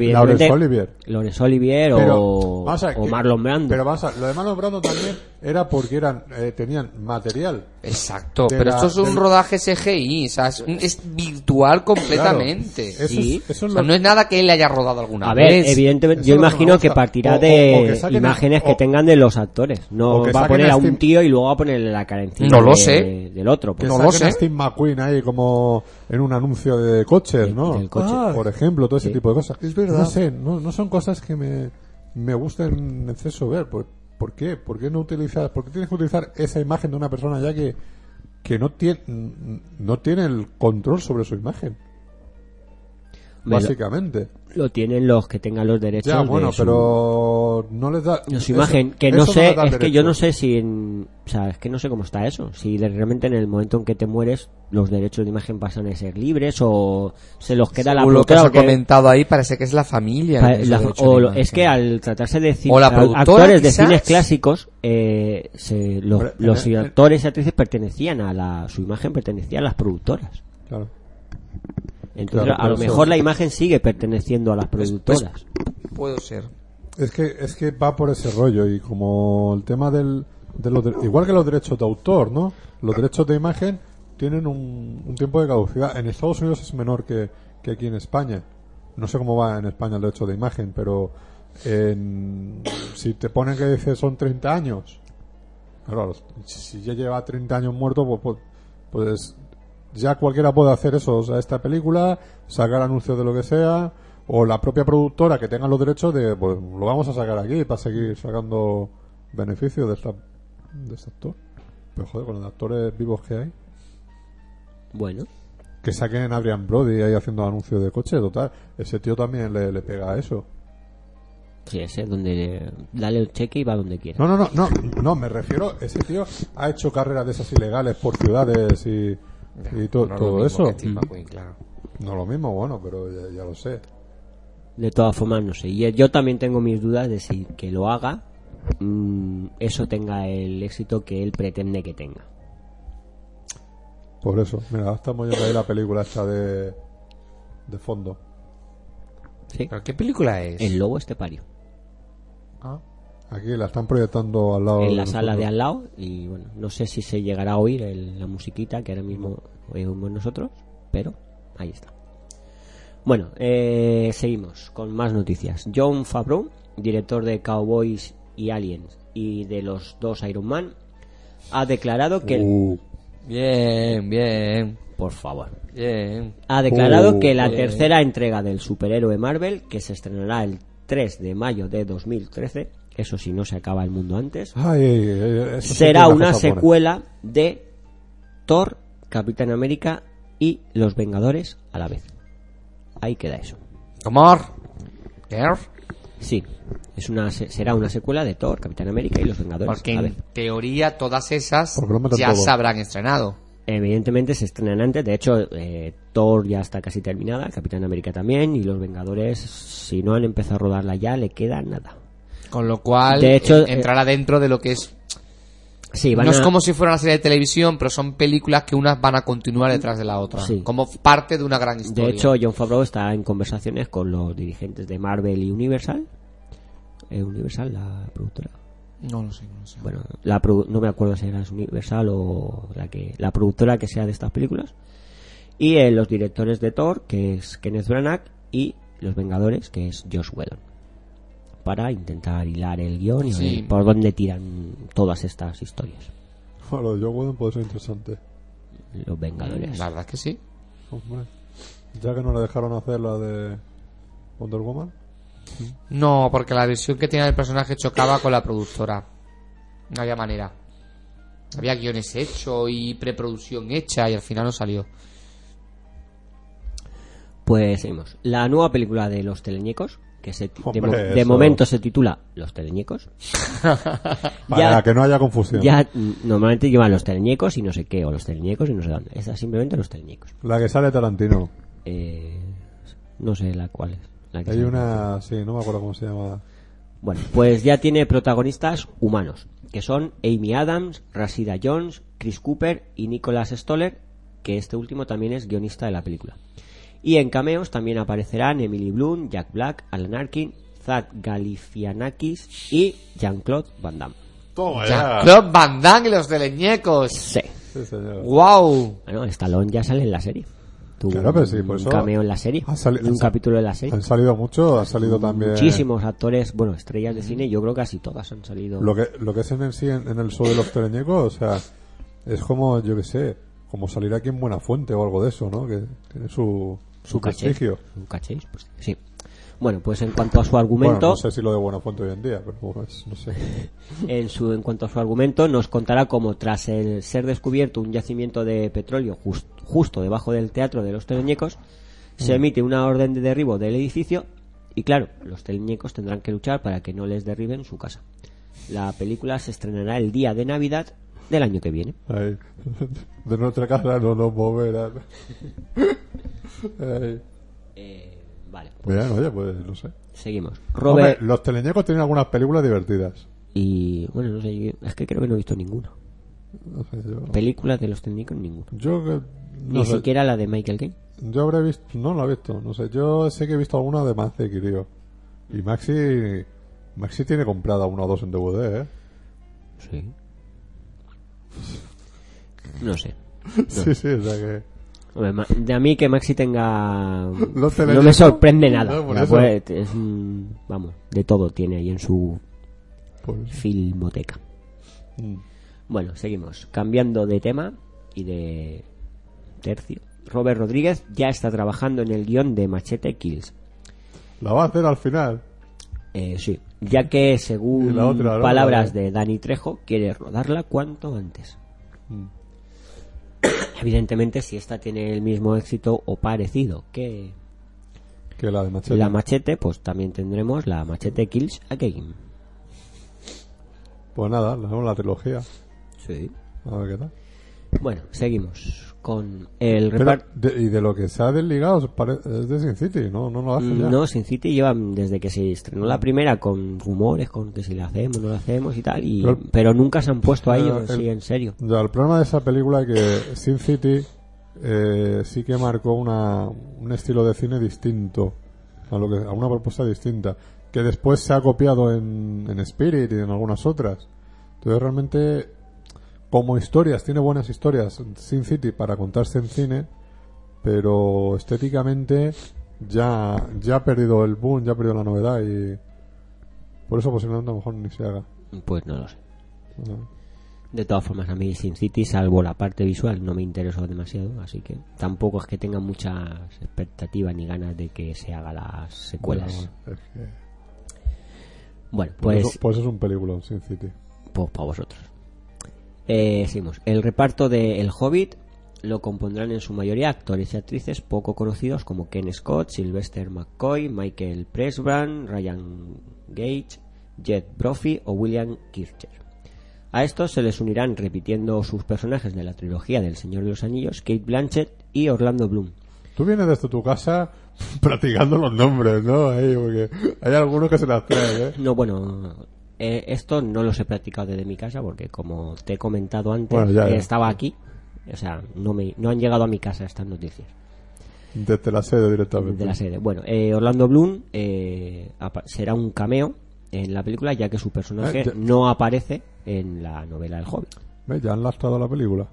C: evidentemente.
B: Olivier.
C: Laurence Olivier o,
B: vamos a ver,
C: o
B: que-
C: Marlon Brando.
B: Pero vamos a ver, lo de Marlon Brando también era porque eran eh, tenían material
A: Exacto,
B: de
A: pero
B: la-
A: esto es un
B: del-
A: rodaje CGI, o sea, es, un- es virtual completamente.
B: Claro, eso
C: Sí.
B: es- eso
A: O
B: es
A: sea,
B: lo-
A: no es nada que él haya rodado alguna
C: A ver,
A: vez.
C: evidentemente,
B: eso
C: yo
B: es lo que me
C: imagino
B: gusta.
C: que partirá
B: O- o- o que
C: de
B: saquen a-
C: imágenes que
B: o-
C: tengan de los actores. No
B: o que
C: va a
B: saquen
C: poner
B: a
C: a un
B: Steve-
C: tío y luego va a ponerle la cara encima
A: No lo
C: de-
A: sé.
C: del otro.
B: Que
C: pues.
A: No lo
B: saquen
A: sé.
B: a Steve McQueen ahí como en un anuncio de coches, ¿no?
C: del coche.
B: Ah, Por ejemplo, todo ese
C: Sí.
B: tipo de cosas.
G: Es verdad.
B: No sé, no, no son cosas que me, me gusten en exceso ver. ¿Por, por qué? ¿Por qué no utilizar, por qué tienes que utilizar esa imagen de una persona ya que, que no, tiene, no tiene el control sobre su imagen?
C: Hombre, lo-
B: Básicamente.
C: Lo tienen los que tengan los derechos.
B: Ya,
C: de
B: bueno,
C: su-
B: pero no les da...
C: de
B: eso-
C: su imagen, que
B: eso
C: no sé,
B: les da
C: es que yo
B: derecho.
C: no sé si en, o sea, es que no sé cómo está eso, si de- realmente en el momento en que te mueres los derechos de imagen pasan a ser libres o se los queda
A: Según
C: la
A: lo que has
C: productora o que-
A: comentado ahí, parece que es la familia.
C: pa-
A: la que
C: la-
A: se lo ha hecho de
C: o lo-
A: imagen.
C: es que al tratarse de cine-
A: O la
C: a-
A: productora,
C: actores de
A: quizás.
C: cines clásicos eh, se- los,
B: Pero,
C: los
B: eh, eh,
C: actores y actrices pertenecían a la su imagen pertenecía a las productoras
B: Claro.
C: entonces
B: Claro,
C: a
B: por
C: lo
B: eso. Pues,
C: mejor la imagen sigue perteneciendo a las productoras
A: Puedo ser.
B: Es que, es que va por ese rollo y como el tema del, de los de- igual que los derechos de autor, ¿no? Los derechos de imagen tienen un, un tiempo de caducidad. En Estados Unidos es menor que, que aquí en España. No sé cómo va en España el derecho de imagen, pero en- si te ponen que dice son 30 años, claro, a los- si ya lleva 30 años muerto, pues, pues, pues ya cualquiera puede hacer eso, o sea, esta película, sacar anuncios de lo que sea, o la propia productora que tenga los derechos de, pues lo vamos a sacar aquí para seguir sacando beneficios de, esta, de este actor. Pero joder, con los actores vivos que hay,
C: bueno
B: que saquen a Brian Brody ahí haciendo anuncios de coche, total, ese tío también le, le pega a eso.
C: sí ese donde dale el cheque y va donde quiera
B: No, no, no, no, no, me refiero, ese tío ha hecho carreras de esas ilegales por ciudades y, y
A: No
B: to-
A: es lo
B: todo
A: mismo
B: eso. Mm.
A: que Steve McQueen, claro.
B: No lo mismo, bueno, pero ya- ya lo sé.
C: De todas formas, no sé. Y Yo también tengo mis dudas de si que lo haga, mm, eso tenga el éxito que él pretende que tenga.
B: Por eso, mira, estamos viendo ahí la película esta de, de fondo.
C: ¿Sí?
A: ¿Pero qué película es?
C: El lobo estepario.
B: Ah. Aquí la están proyectando al lado.
C: En
B: de
C: la sala de
B: nosotros.
C: al lado. Y bueno, no sé si se llegará a oír el- la musiquita que ahora mismo oímos nosotros, pero ahí está. Bueno, eh, seguimos con más noticias. John Favreau, director de Cowboys y Aliens y de los dos Iron Man, ha declarado que...
B: Uh,
A: Bien, bien,
C: Por favor.
A: bien.
C: ha declarado
B: Oh,
C: que la
A: eh.
C: tercera entrega del superhéroe Marvel, que se estrenará el 3 de mayo de 2013, eso si no se acaba el mundo antes,
B: ay, ay, ay, Ah, eso sí
C: será
B: que es
C: una
B: cosa buena.
C: secuela de Thor, Capitán América y Los Vengadores a la vez. Ahí queda eso.
A: Amor. Nerf.
C: Sí, es una se- será una secuela de Thor, Capitán América y Los Vengadores
A: Porque
C: Pues, a la vez.
A: en teoría todas esas
B: Porque lo meten
A: ya
B: todo.
A: se habrán estrenado.
C: Evidentemente se estrenan antes, de hecho eh, Thor ya está casi terminada, Capitán América también y Los Vengadores, si no han empezado a rodarla ya, le queda nada.
A: Con lo cual
C: De hecho,
A: eh, entrará dentro de lo que es...
C: Sí, van
A: No es
C: a-
A: como si fuera una serie de televisión, pero son películas que unas van a continuar detrás de la otra.
C: Sí.
A: Como parte de una gran historia.
C: De hecho, John Favreau está en conversaciones con los dirigentes de Marvel y Universal. Eh, Universal, la productora.
A: No lo sé, no lo sé.
C: Bueno, la produ- no me acuerdo si era Universal o la que la productora que sea de estas películas. Y eh, los directores de Thor, que es Kenneth Branagh, y Los Vengadores, que es Josh Whedon. Para intentar hilar el guión y
A: Sí.
C: ver por dónde tiran todas estas historias.
B: Bueno, lo de Joe Whedon puede ser interesante.
C: Los Vengadores.
A: La verdad es que sí.
B: Hombre, ya que no le dejaron hacer la de Wonder Woman.
A: No, porque la versión que tenía el personaje chocaba con la productora. No había manera. Había guiones hechos y preproducción hecha y al final no salió.
C: Pues seguimos. La nueva película de los teleñecos, que se ti- de,
B: Hombre,
C: mo- de
B: eso.
C: momento se titula Los teleñecos.
B: Para
C: Ya-
B: que no haya confusión.
C: Ya mm, normalmente llevan los teleñecos y no sé qué, o los teleñecos y no sé dónde. Esa es simplemente los teleñecos.
B: La que sale Tarantino.
C: Eh, no sé la cuál es. la que
B: Hay
C: sale.
B: una, sí, no me acuerdo cómo se llama.
C: Bueno, pues ya tiene protagonistas humanos, que son Amy Adams, Rasida Jones, Chris Cooper y Nicholas Stoller, que este último también es guionista de la película. Y en cameos también aparecerán Emily Bloom, Jack Black, Alan Arkin, Zad Galifianakis y Jean-Claude Van Damme.
B: Toma
A: Jean-Claude Van Damme y los teleñecos.
C: Sí.
B: Sí, señor.
A: ¡Wow!
C: Bueno, Stallone ya sale en la serie. Tuvo
B: Claro, pero sí,
C: un
B: por eso-
C: cameo en la serie.
B: Ha sali-
C: en un
B: ha sal-
C: capítulo de la serie.
B: Han salido mucho, han salido también.
C: Muchísimos actores, bueno, estrellas de cine, yo creo que casi todas han salido.
B: Lo que, lo que hacen en sí en, en el show de los teleñecos, o sea, es como, yo que sé, como salir aquí en Buenafuente o algo de eso, ¿no? Que tiene su, su
C: un caché.
B: prestigio.
C: Un caché, pues, sí. Bueno, pues en cuanto a su
B: Bueno,
C: argumento,
B: no sé si lo de Buenafuente hoy en día, pero pues, no sé.
C: en, su, en cuanto a su argumento, nos contará cómo tras el ser descubierto un yacimiento de petróleo jus- justo debajo del teatro de los teleñecos,
B: Mm.
C: se emite una orden de derribo del edificio y claro, los teleñecos tendrán que luchar para que no les derriben su casa. La película se estrenará el día de Navidad del año que viene.
B: Ahí. De nuestra casa no nos moverán. Ahí.
C: Eh, vale,
B: Bien, oye, pues no sé.
C: seguimos. Robert
B: Hombre, los teleñecos tienen algunas películas divertidas.
C: y bueno, no sé, es que creo que no he visto ninguno.
B: No sé, yo,
C: Películas de los teleñecos ninguno.
B: yo que- no
C: Ni
B: sé.
C: siquiera la de Michael Caine.
B: Yo habré visto, no lo he visto, no sé. Yo sé que he visto alguna de Maxi, tío. Y Maxi, Maxi tiene comprada una o dos en DVD, ¿eh?
C: Sí. No sé.
B: Sí, sí, o sea que.
C: Hombre, ma- de a mí que Maxi tenga...
B: Los
C: no
B: teleñecos.
C: me sorprende nada.
B: No, por
C: La
B: eso.
C: puede- es un- vamos, de todo tiene ahí en su
B: Pues,
C: filmoteca.
B: mm.
C: Bueno, seguimos. Cambiando de tema y de tercio. Robert Rodríguez ya está trabajando en el guión de Machete Kills.
B: la va a hacer al final.
C: Eh, sí, ya que
B: Y
C: según
B: la otra, ¿no?
C: palabras
B: La-
C: de Dani Trejo, quiere rodarla cuanto antes.
B: Mm.
C: Evidentemente, si esta tiene el mismo éxito o parecido que
B: Que la de Machete.
C: la Machete, pues también tendremos la Machete Kills Again.
B: pues nada, le hacemos la trilogía.
C: Sí.
B: A ver qué tal.
C: Bueno, seguimos con el
B: Pero,
C: reparto.
B: de- y de lo que se ha desligado pare- es de Sin City, ¿no? No lo hace ya.
C: No, Sin City llevan desde que se estrenó la primera con rumores, con que si la hacemos, no la hacemos y tal, y,
B: Pero-
C: pero, nunca se han puesto a ello,
B: Eh,
C: sí,
B: el-
C: en serio.
B: Ya, el problema de esa película es que Sin City eh, sí que marcó una, un estilo de cine distinto, a, lo que, a una propuesta distinta, que después se ha copiado en, en Spirit y en algunas otras. Entonces realmente, como historias, tiene buenas historias Sin City para contarse en cine, pero estéticamente ya, ya ha perdido el boom, ya ha perdido la novedad y por eso posiblemente a lo mejor ni se haga.
C: Pues no lo sé.
B: Bueno,
C: De todas formas, a mí Sin City, salvo la parte visual, no me interesó demasiado, así que tampoco es que tenga muchas expectativas ni ganas de que se haga las secuelas. Bueno,
B: pero bueno, es que-
C: pues,
B: Pues, pues es un película, Sin City.
C: para Pues, vosotros. Eh, seguimos. El reparto de El Hobbit lo compondrán en su mayoría actores y actrices poco conocidos como Ken Scott, Sylvester McCoy, Michael Presbran, Ryan Gage, Jed Brophy o William Kircher. A estos se les unirán repitiendo sus personajes de la trilogía del Señor de los Anillos, Kate Blanchett y Orlando Bloom.
B: Tú vienes desde tu casa practicando los nombres, ¿no? Ahí, porque hay algunos que se las traen, ¿eh?
C: No, bueno, eh, esto no los he practicado desde mi casa porque como te he comentado antes,
B: Bueno, ya, ya.
C: estaba aquí. O sea, no, me, no han llegado a mi casa estas noticias
B: Desde la sede directamente.
C: de la serie. Bueno, eh, Orlando Bloom eh, apa- será un cameo en la película ya que su personaje
B: Ah, ya.
C: no aparece en la novela del Hobbit.
B: ¿Ves? Ya han lastrado la película.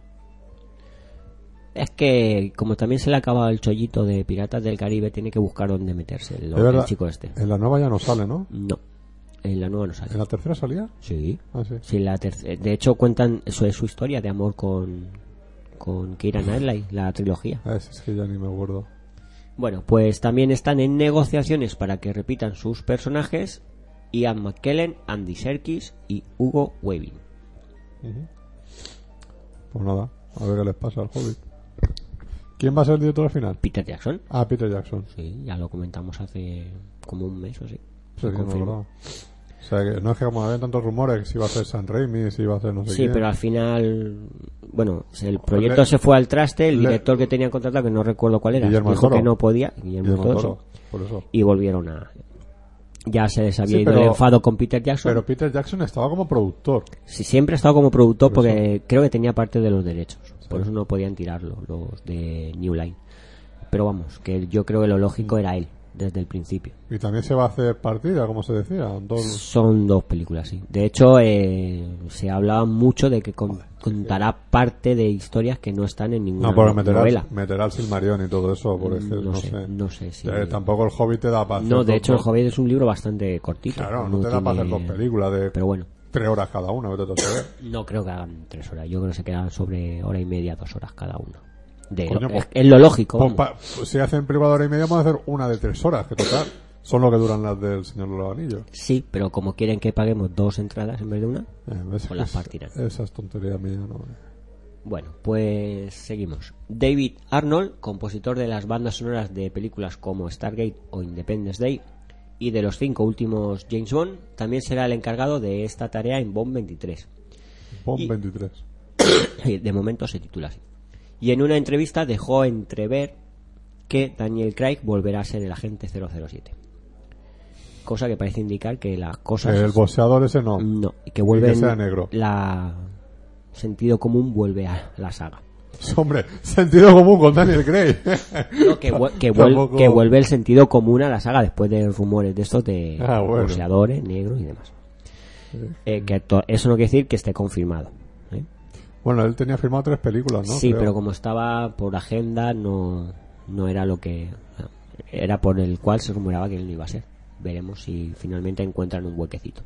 C: Es que como también se le ha acabado el chollito de Piratas del Caribe, tiene que buscar dónde meterse el,
B: Es verdad,
C: el chico este.
B: En la nueva ya no sale, ¿no?
C: No, en la nueva no sale.
B: ¿En la tercera salía?
C: Sí.
B: Ah, sí.
C: Sí, la terce- de hecho cuentan eso es su historia de amor con con Keira Knightley, la trilogía.
B: Ah, es, es que ya ni me acuerdo.
C: Bueno, pues también están en negociaciones para que repitan sus personajes Ian McKellen, Andy Serkis y Hugo Weaving.
B: Pues nada, a ver qué les pasa al hobbit. ¿Quién va a ser el director al final?
C: Peter Jackson.
B: Ah, Peter Jackson.
C: Sí, ya lo comentamos hace como un mes o así.
B: Sí,
C: Lo
B: que no me
C: confirmo.
B: acordaba. O sea, que no es que como habían tantos rumores que si iba a ser San Raimi, si iba a ser no sé
C: Sí,
B: quién.
C: pero al final, bueno, el proyecto se fue al traste, el
B: le-
C: director que tenía contratado, que no recuerdo cuál era,
B: Guillermo del
C: dijo que
B: Toro.
C: no podía, Guillermo
B: Guillermo
C: del
B: Toro,
C: Toro,
B: Por eso.
C: y volvieron a... Ya se les había
B: Sí,
C: ido
B: pero-
C: el enfado con Peter Jackson.
B: Pero Peter Jackson estaba como productor.
C: Sí, siempre ha estado como productor
B: Por
C: porque creo que tenía parte de los derechos. Por eso no podían tirarlo los de New Line. Pero vamos, que yo creo que lo lógico era él. desde el principio.
B: Y también se va a hacer partida, como se decía. Dos...
C: Son dos películas, sí. De hecho, eh, se hablaba mucho de que con- contará parte de historias que no están en ninguna
B: No, pero meterá,
C: novela.
B: meterá el Silmarion y todo eso, por decir,
C: no
B: no
C: sé,
B: sé.
C: no sé si-
B: Eh, tampoco el Hobbit te da para
C: No,
B: hacer
C: de
B: dos-
C: hecho, El Hobbit es un libro bastante cortito.
B: Claro, no, te da para hacer
C: tiene-
B: dos películas de
C: Pero bueno,
B: tres horas cada una, vete tú a saber.
C: no creo que hagan tres horas. Yo creo que se quedan sobre hora y media, dos horas cada uno. De
B: Coño,
C: lo-
B: pues-
C: es, es lo lógico.
B: Pues
C: vamos.
B: pa- pues si hacen privado hora y media, vamos a hacer una de tres horas, que total. Son lo que duran las del Señor de los Anillos.
C: Sí, pero como quieren que paguemos dos entradas en vez de una,
B: Eh, ves
C: Pues
B: que
C: las
B: es-
C: partirán.
B: Esas tonterías mías, no. eh.
C: Bueno, pues seguimos. David Arnold, compositor de las bandas sonoras de películas como Stargate o Independence Day y de los cinco últimos James Bond, también será el encargado de esta tarea en Bond 23.
B: Pon
C: Y-
B: 23.
C: De momento se titula así. Y en una entrevista dejó entrever que Daniel Craig volverá a ser el agente 007. Cosa que parece indicar que las cosas...
B: El boxeador ese no.
C: No, y que vuelve...
B: Y que sea negro.
C: La... Sentido común vuelve a la saga.
B: Hombre, sentido común con Daniel Gray.
C: No, que, vuel- que vuel-
B: Tampoco-
C: que vuelve el sentido común a la saga después de rumores de estos de
B: Ah, bueno.
C: boxeadores, negros y demás. Eh, que to- eso no quiere decir que esté confirmado. ¿eh?
B: bueno, él tenía firmado tres películas, ¿no?
C: sí,
B: Creo.
C: pero como estaba por agenda, no, no era lo que. Era por el cual se rumoraba que él no iba a ser. Veremos si finalmente encuentran un huequecito.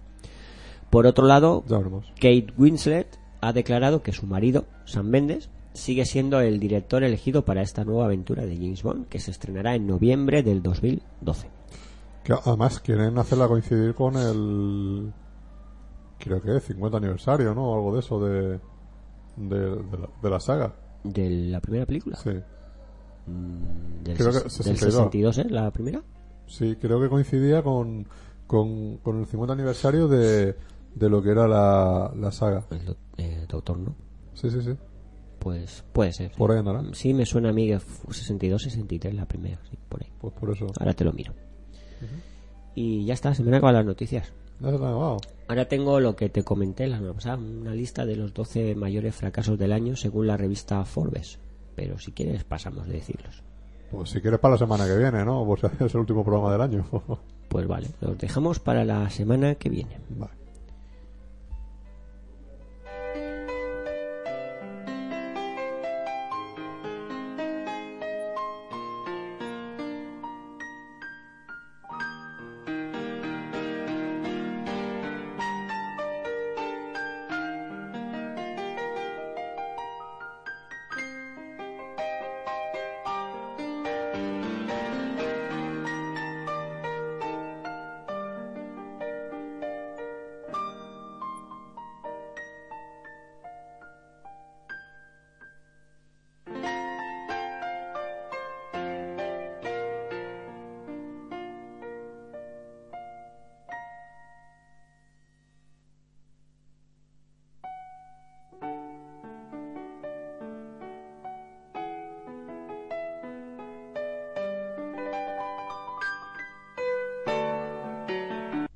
C: Por otro lado,
B: Ya veremos.
C: Kate Winslet ha declarado que su marido, Sam Mendes, sigue siendo el director elegido para esta nueva aventura de James Bond, que se estrenará en noviembre del 2012.
B: Que además quieren hacerla coincidir con el. Creo que es 50 aniversario, ¿no? Algo de eso de. De, de la, de la saga.
C: ¿De la primera película?
B: Sí.
C: Mm, ¿Del,
B: Creo que
C: ses-
B: 62.
C: del 62, ¿eh? ¿La primera?
B: Sí, creo que coincidía con, con, con el 50 aniversario de, de lo que era la, la saga.
C: El do- eh, doctor, ¿no?
B: Sí, sí, sí.
C: Pues puede ser.
B: Por ahí andará.
C: Sí, me suena a mí que fu- 62, 63 la primera, sí, por ahí.
B: Pues por eso.
C: Ahora te lo miro. Y ya está, se me han acabado las noticias.
B: Ya se la han acabado.
C: Ahora tengo lo que te comenté la semana pasada, una lista de los 12 mayores fracasos del año según la revista Forbes. Pero si quieres pasamos de decirlos.
B: Pues si quieres para la semana que viene, ¿no? Pues es el último programa del año.
C: Pues vale, los dejamos para la semana que viene.
B: vale.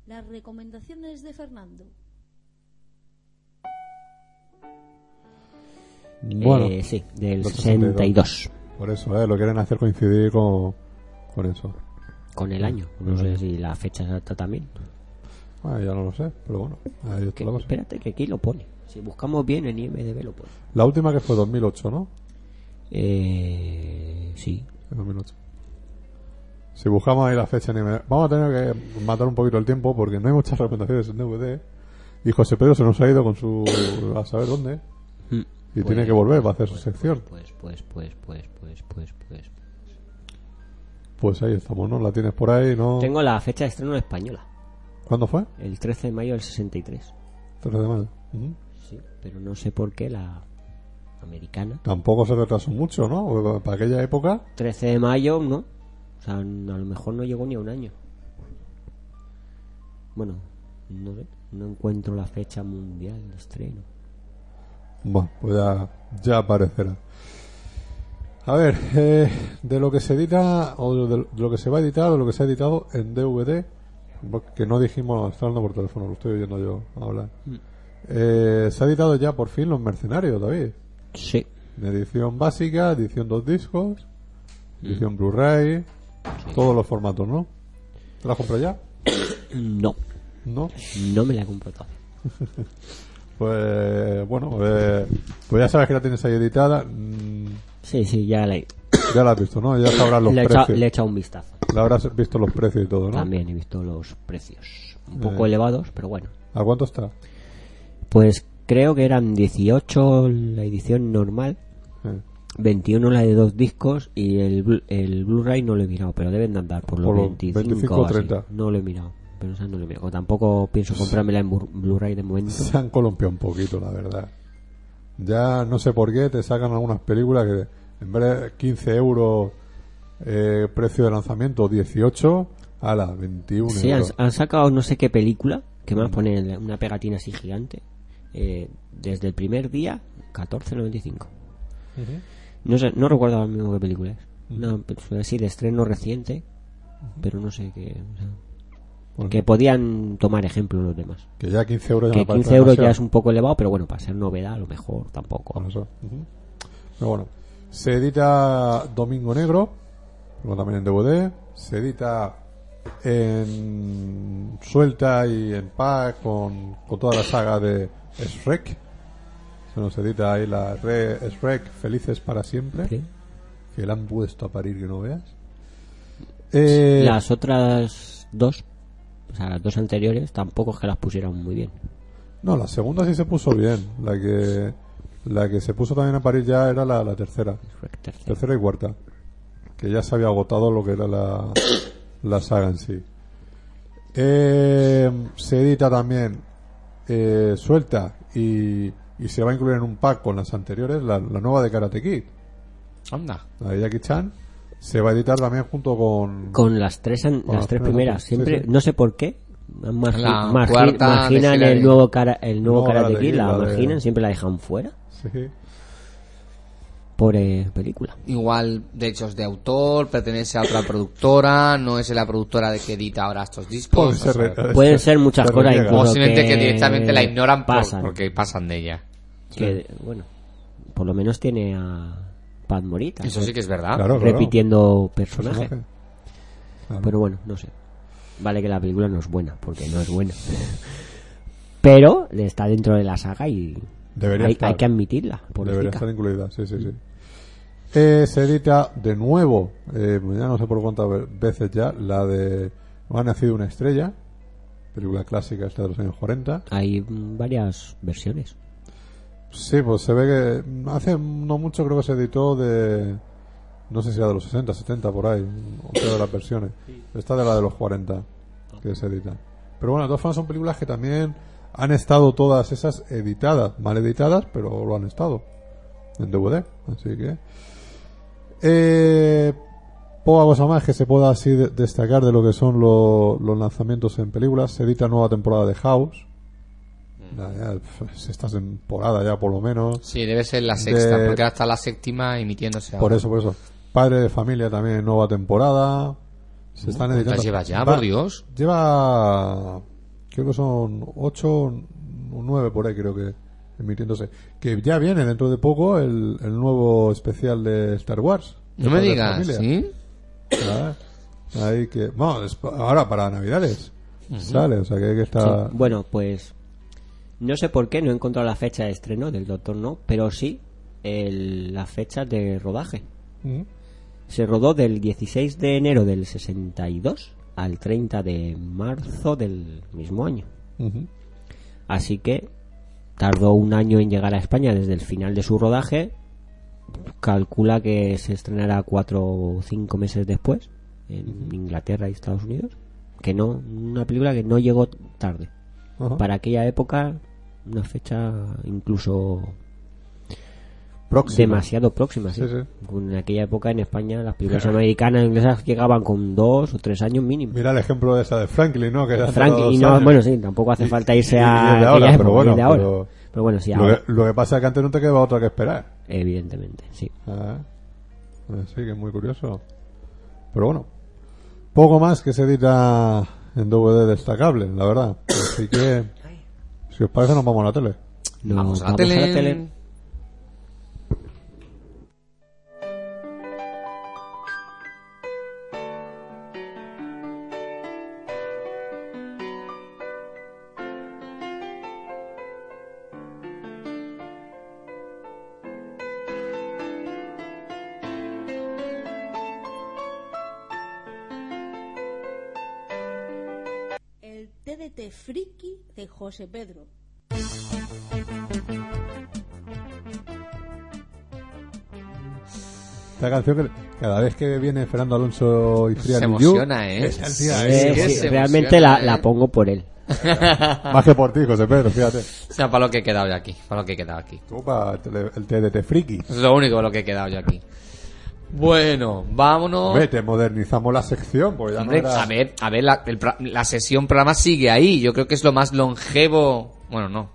F: Las recomendaciones de Fernando.
B: Bueno,
C: Eh, sí, del
B: los
C: 62.
B: por eso, ¿eh? Lo quieren hacer coincidir con, con eso.
C: Con el año, no sé si la fecha exacta también.
B: Ah, ya no lo sé, pero bueno. Ahí está
C: Que-
B: la cosa.
C: espérate que aquí lo pone. Si buscamos bien en IMDB lo pone.
B: La última que fue 2008, ¿no?
C: Eh, sí,
B: En 2008. Si buscamos ahí la fecha, ni me- vamos a tener que matar un poquito el tiempo porque no hay muchas recomendaciones en DVD. Y José Pedro se nos ha ido con su. a saber dónde.
C: Mm.
B: Y tiene que volver, va a hacer su sección.
C: Pues, pues, pues, pues, pues, pues, pues.
B: Pues ahí estamos, ¿no? La tienes por ahí, ¿no?
C: Tengo la fecha de estreno española,
B: ¿Cuándo fue?
C: el 13 de mayo del 63.
B: 13 de mayo. Ujú.
C: Sí, pero no sé por qué la americana.
B: Tampoco se retrasó mucho, ¿no? Porque Para aquella época.
C: 13 de mayo, ¿no? O sea, n- a lo mejor no llegó ni a un año. Bueno, no sé, no encuentro la fecha mundial de estreno.
B: Bueno, pues ya, ya aparecerá. A ver, eh, de lo que se edita, o de, de lo que se va a editar, de lo que se ha editado en DVD, pues, que no dijimos, está hablando por teléfono, lo estoy oyendo yo hablar. Eh, se ha editado ya por fin Los Mercenarios, David.
C: Sí.
B: En edición básica, edición dos discos, edición Blu-ray, Todos los formatos, ¿no? ¿Te la compro ya?
C: No,
B: ¿No?
C: no me la compro todavía.
B: Pues bueno, eh, pues ya sabes que la tienes ahí editada. Mm,
C: Sí, sí, ya la he...
B: Ya la has visto, ¿no? Ya sabrás los
C: le, he
B: precios.
C: echado- le he echado un vistazo.
B: La habrás visto los precios y todo, ¿no?
C: También he visto los precios. Un poco elevados, pero bueno.
B: ¿A cuánto está?
C: Pues creo que eran 18 la edición normal,
B: Eh,
C: 21 la de dos discos y el, blu- el Blu-ray no lo he mirado, pero deben de andar por los
B: Por los
C: 25,
B: 25 o
C: o así.
B: 30.
C: No lo he mirado, pero esa no lo he mirado. Tampoco pienso comprármela en bur- Blu-ray de momento.
B: Se han columpiado un poquito, la verdad. Ya no sé por qué te sacan algunas películas que en vez de 15 euros eh, precio de lanzamiento, 18, a las 21
C: Sí, han,
B: euros.
C: han sacado no sé qué película, que
B: Mm.
C: me van a poner una pegatina así gigante, eh, desde el primer día, 14.95. No sé, no recuerdo ahora mismo qué película es. Una película así de estreno reciente, pero no sé qué... o sea,
B: Bueno,
C: que podían tomar ejemplo los demás.
B: que ya 15 euros ya me
C: Que
B: parece
C: 15 euros ya
B: demasiado.
C: es un poco elevado, pero bueno, para ser novedad a lo mejor tampoco.
B: Con eso. Pero bueno, se edita Domingo Negro, luego también en DVD, se edita en suelta y en pack con, con toda la saga de Shrek. Se nos edita ahí la re Shrek Felices para siempre,
C: Sí.
B: que la han puesto a parir que no veas. Eh,
C: Las otras dos, o sea, las dos anteriores, tampoco es que las pusieran muy bien.
B: No, la segunda sí se puso bien. La que, la que se puso también a parir ya era la, la tercera.
C: Shrek tercero.
B: Tercera y cuarta. Que ya se había agotado lo que era la, la saga en sí. Eh, se edita también eh, suelta y, y se va a incluir en un pack con las anteriores, la, la nueva de Karate Kid,
A: Anda.
B: la de Jackie Chan. Se va a editar también junto con...
C: Con las tres, an-
B: Con
C: las
B: las
C: tres
B: primeras,
C: primeras,
B: sí,
C: siempre,
B: sí.
C: no sé por qué, margi-
A: La
C: margi-
A: cuarta de
C: marginan
A: Hillary.
C: el nuevo, cara, el nuevo
B: No,
C: Karate
B: Karate
C: Kid,
B: Kid,
C: la
B: la de-
C: marginan, siempre la dejan fuera.
B: Sí.
C: Pobre película.
A: Igual derechos de autor, pertenece a otra productora, no es la productora de que edita ahora estos
B: Puede
A: discos.
B: ser-
A: o sea,
C: Pueden ser muchas
B: se
C: cosas,
B: reniega.
A: o
C: incluso.
A: simplemente que
C: que
A: directamente la ignoran por-
C: pasan.
A: porque pasan de ella.
C: Que, bueno, por lo menos tiene a Pat Morita.
A: Eso sí que es verdad.
B: Claro, claro.
C: repitiendo personaje.
B: Personaje. Claro.
C: Pero bueno, no sé. Vale que la película no es buena, porque no es buena. Pero está dentro de la saga y
B: Debería
C: hay,
B: estar.
C: hay que admitirla.
B: Debería
C: pobrecita.
B: estar incluida, sí, sí, sí. Eh, se edita de nuevo, eh, ya no sé por cuántas ve- veces ya, la de Ha nacido una estrella, película clásica esta de los años 40.
C: Hay mm, varias versiones.
B: Sí, pues se ve que hace no mucho creo que se editó de, no sé si era de los 60, 70 por ahí, otra de las versiones. Esta de la de los 40 que se edita. Pero bueno, de todas formas son películas que también han estado todas esas editadas, mal editadas, pero lo han estado en DVD, así que... Eh, poca cosa más que se pueda así de- destacar de lo que son lo- los lanzamientos en películas. Se edita nueva temporada de House. Ya, ya, pf, sexta temporada ya por lo menos.
A: Sí, debe ser la sexta,
B: De-
A: porque ahora está la séptima emitiéndose
B: Por
A: ahora.
B: eso, por eso. Padre de familia también, nueva temporada. Se están editando.
A: ¿Cuántas llevas ya,
B: Va-
A: por Dios?
B: Lleva. Creo que son 8 o 9 por ahí, creo que. Emitiéndose. Que ya viene dentro de poco el, el nuevo especial de Star Wars. de
A: No me
B: Padre de
A: digas,
B: Familia.
A: ¿sí?
B: Ah, Ahí que. Bueno, es pa- ahora para Navidades. Sale, o sea que hay que estar.
C: Sí. Bueno, pues no sé por qué no he encontrado la fecha de estreno del Doctor No, pero sí el- la fecha de rodaje.
B: Mm.
C: Se rodó del 16 de enero del 62 al 30 de marzo del mismo año.
B: Ujú.
C: Así que tardó un año en llegar a España desde el final de su rodaje. Calcula que se estrenará cuatro o cinco meses después en Inglaterra y Estados Unidos. Que no, una película que no llegó tarde.
B: Ajá.
C: Para aquella época, una fecha incluso
B: Próximo.
C: demasiado próxima. ¿sí?
B: Sí, sí.
C: En aquella época en España las películas americanas e inglesas llegaban con dos o tres años mínimo.
B: Mira el ejemplo de esa de Franklin, ¿no? Que hace
C: Frank,
B: dos
C: y no,
B: años.
C: bueno, sí, tampoco hace
B: Y-
C: falta irse
B: y- y
C: a
B: es de
C: aquella
B: ahora,
C: época,
B: pero bueno,
C: es de ahora.
B: pero-
C: Pero bueno, sí,
B: Lo
C: ahora,
B: que, lo que pasa es que antes no te quedaba otra que esperar.
C: evidentemente, sí.
B: Ah, eh, sí, que es muy curioso. Pero bueno, poco más que se edita en DVD destacable, la verdad. Así que, si os parece, nos vamos a la tele.
C: No,
A: Vamos a la tele.
F: TDT Friki de José Pedro.
B: Esta canción que cada vez que viene Fernando Alonso y Friar
A: Se
B: and You,
A: emociona, ¿eh?
B: esa ansia
C: Eh,
B: es-
A: que
C: sí,
A: se
C: realmente
A: emociona,
C: la,
A: ¿eh?
C: la pongo por él.
B: Más que por ti, José Pedro, fíjate.
A: O sea, para lo que he quedado yo aquí. Para lo que he quedado aquí.
B: Tú para el tele- el TDT friki.
A: Eso es lo único para lo que he quedado yo aquí. Bueno, vámonos.
B: Hombre, te modernizamos la sección, porque ya
A: Hombre,
B: no era...
A: a ver, a ver, la, el pro- la sesión programa sigue ahí. Yo creo que es lo más longevo. Bueno, no.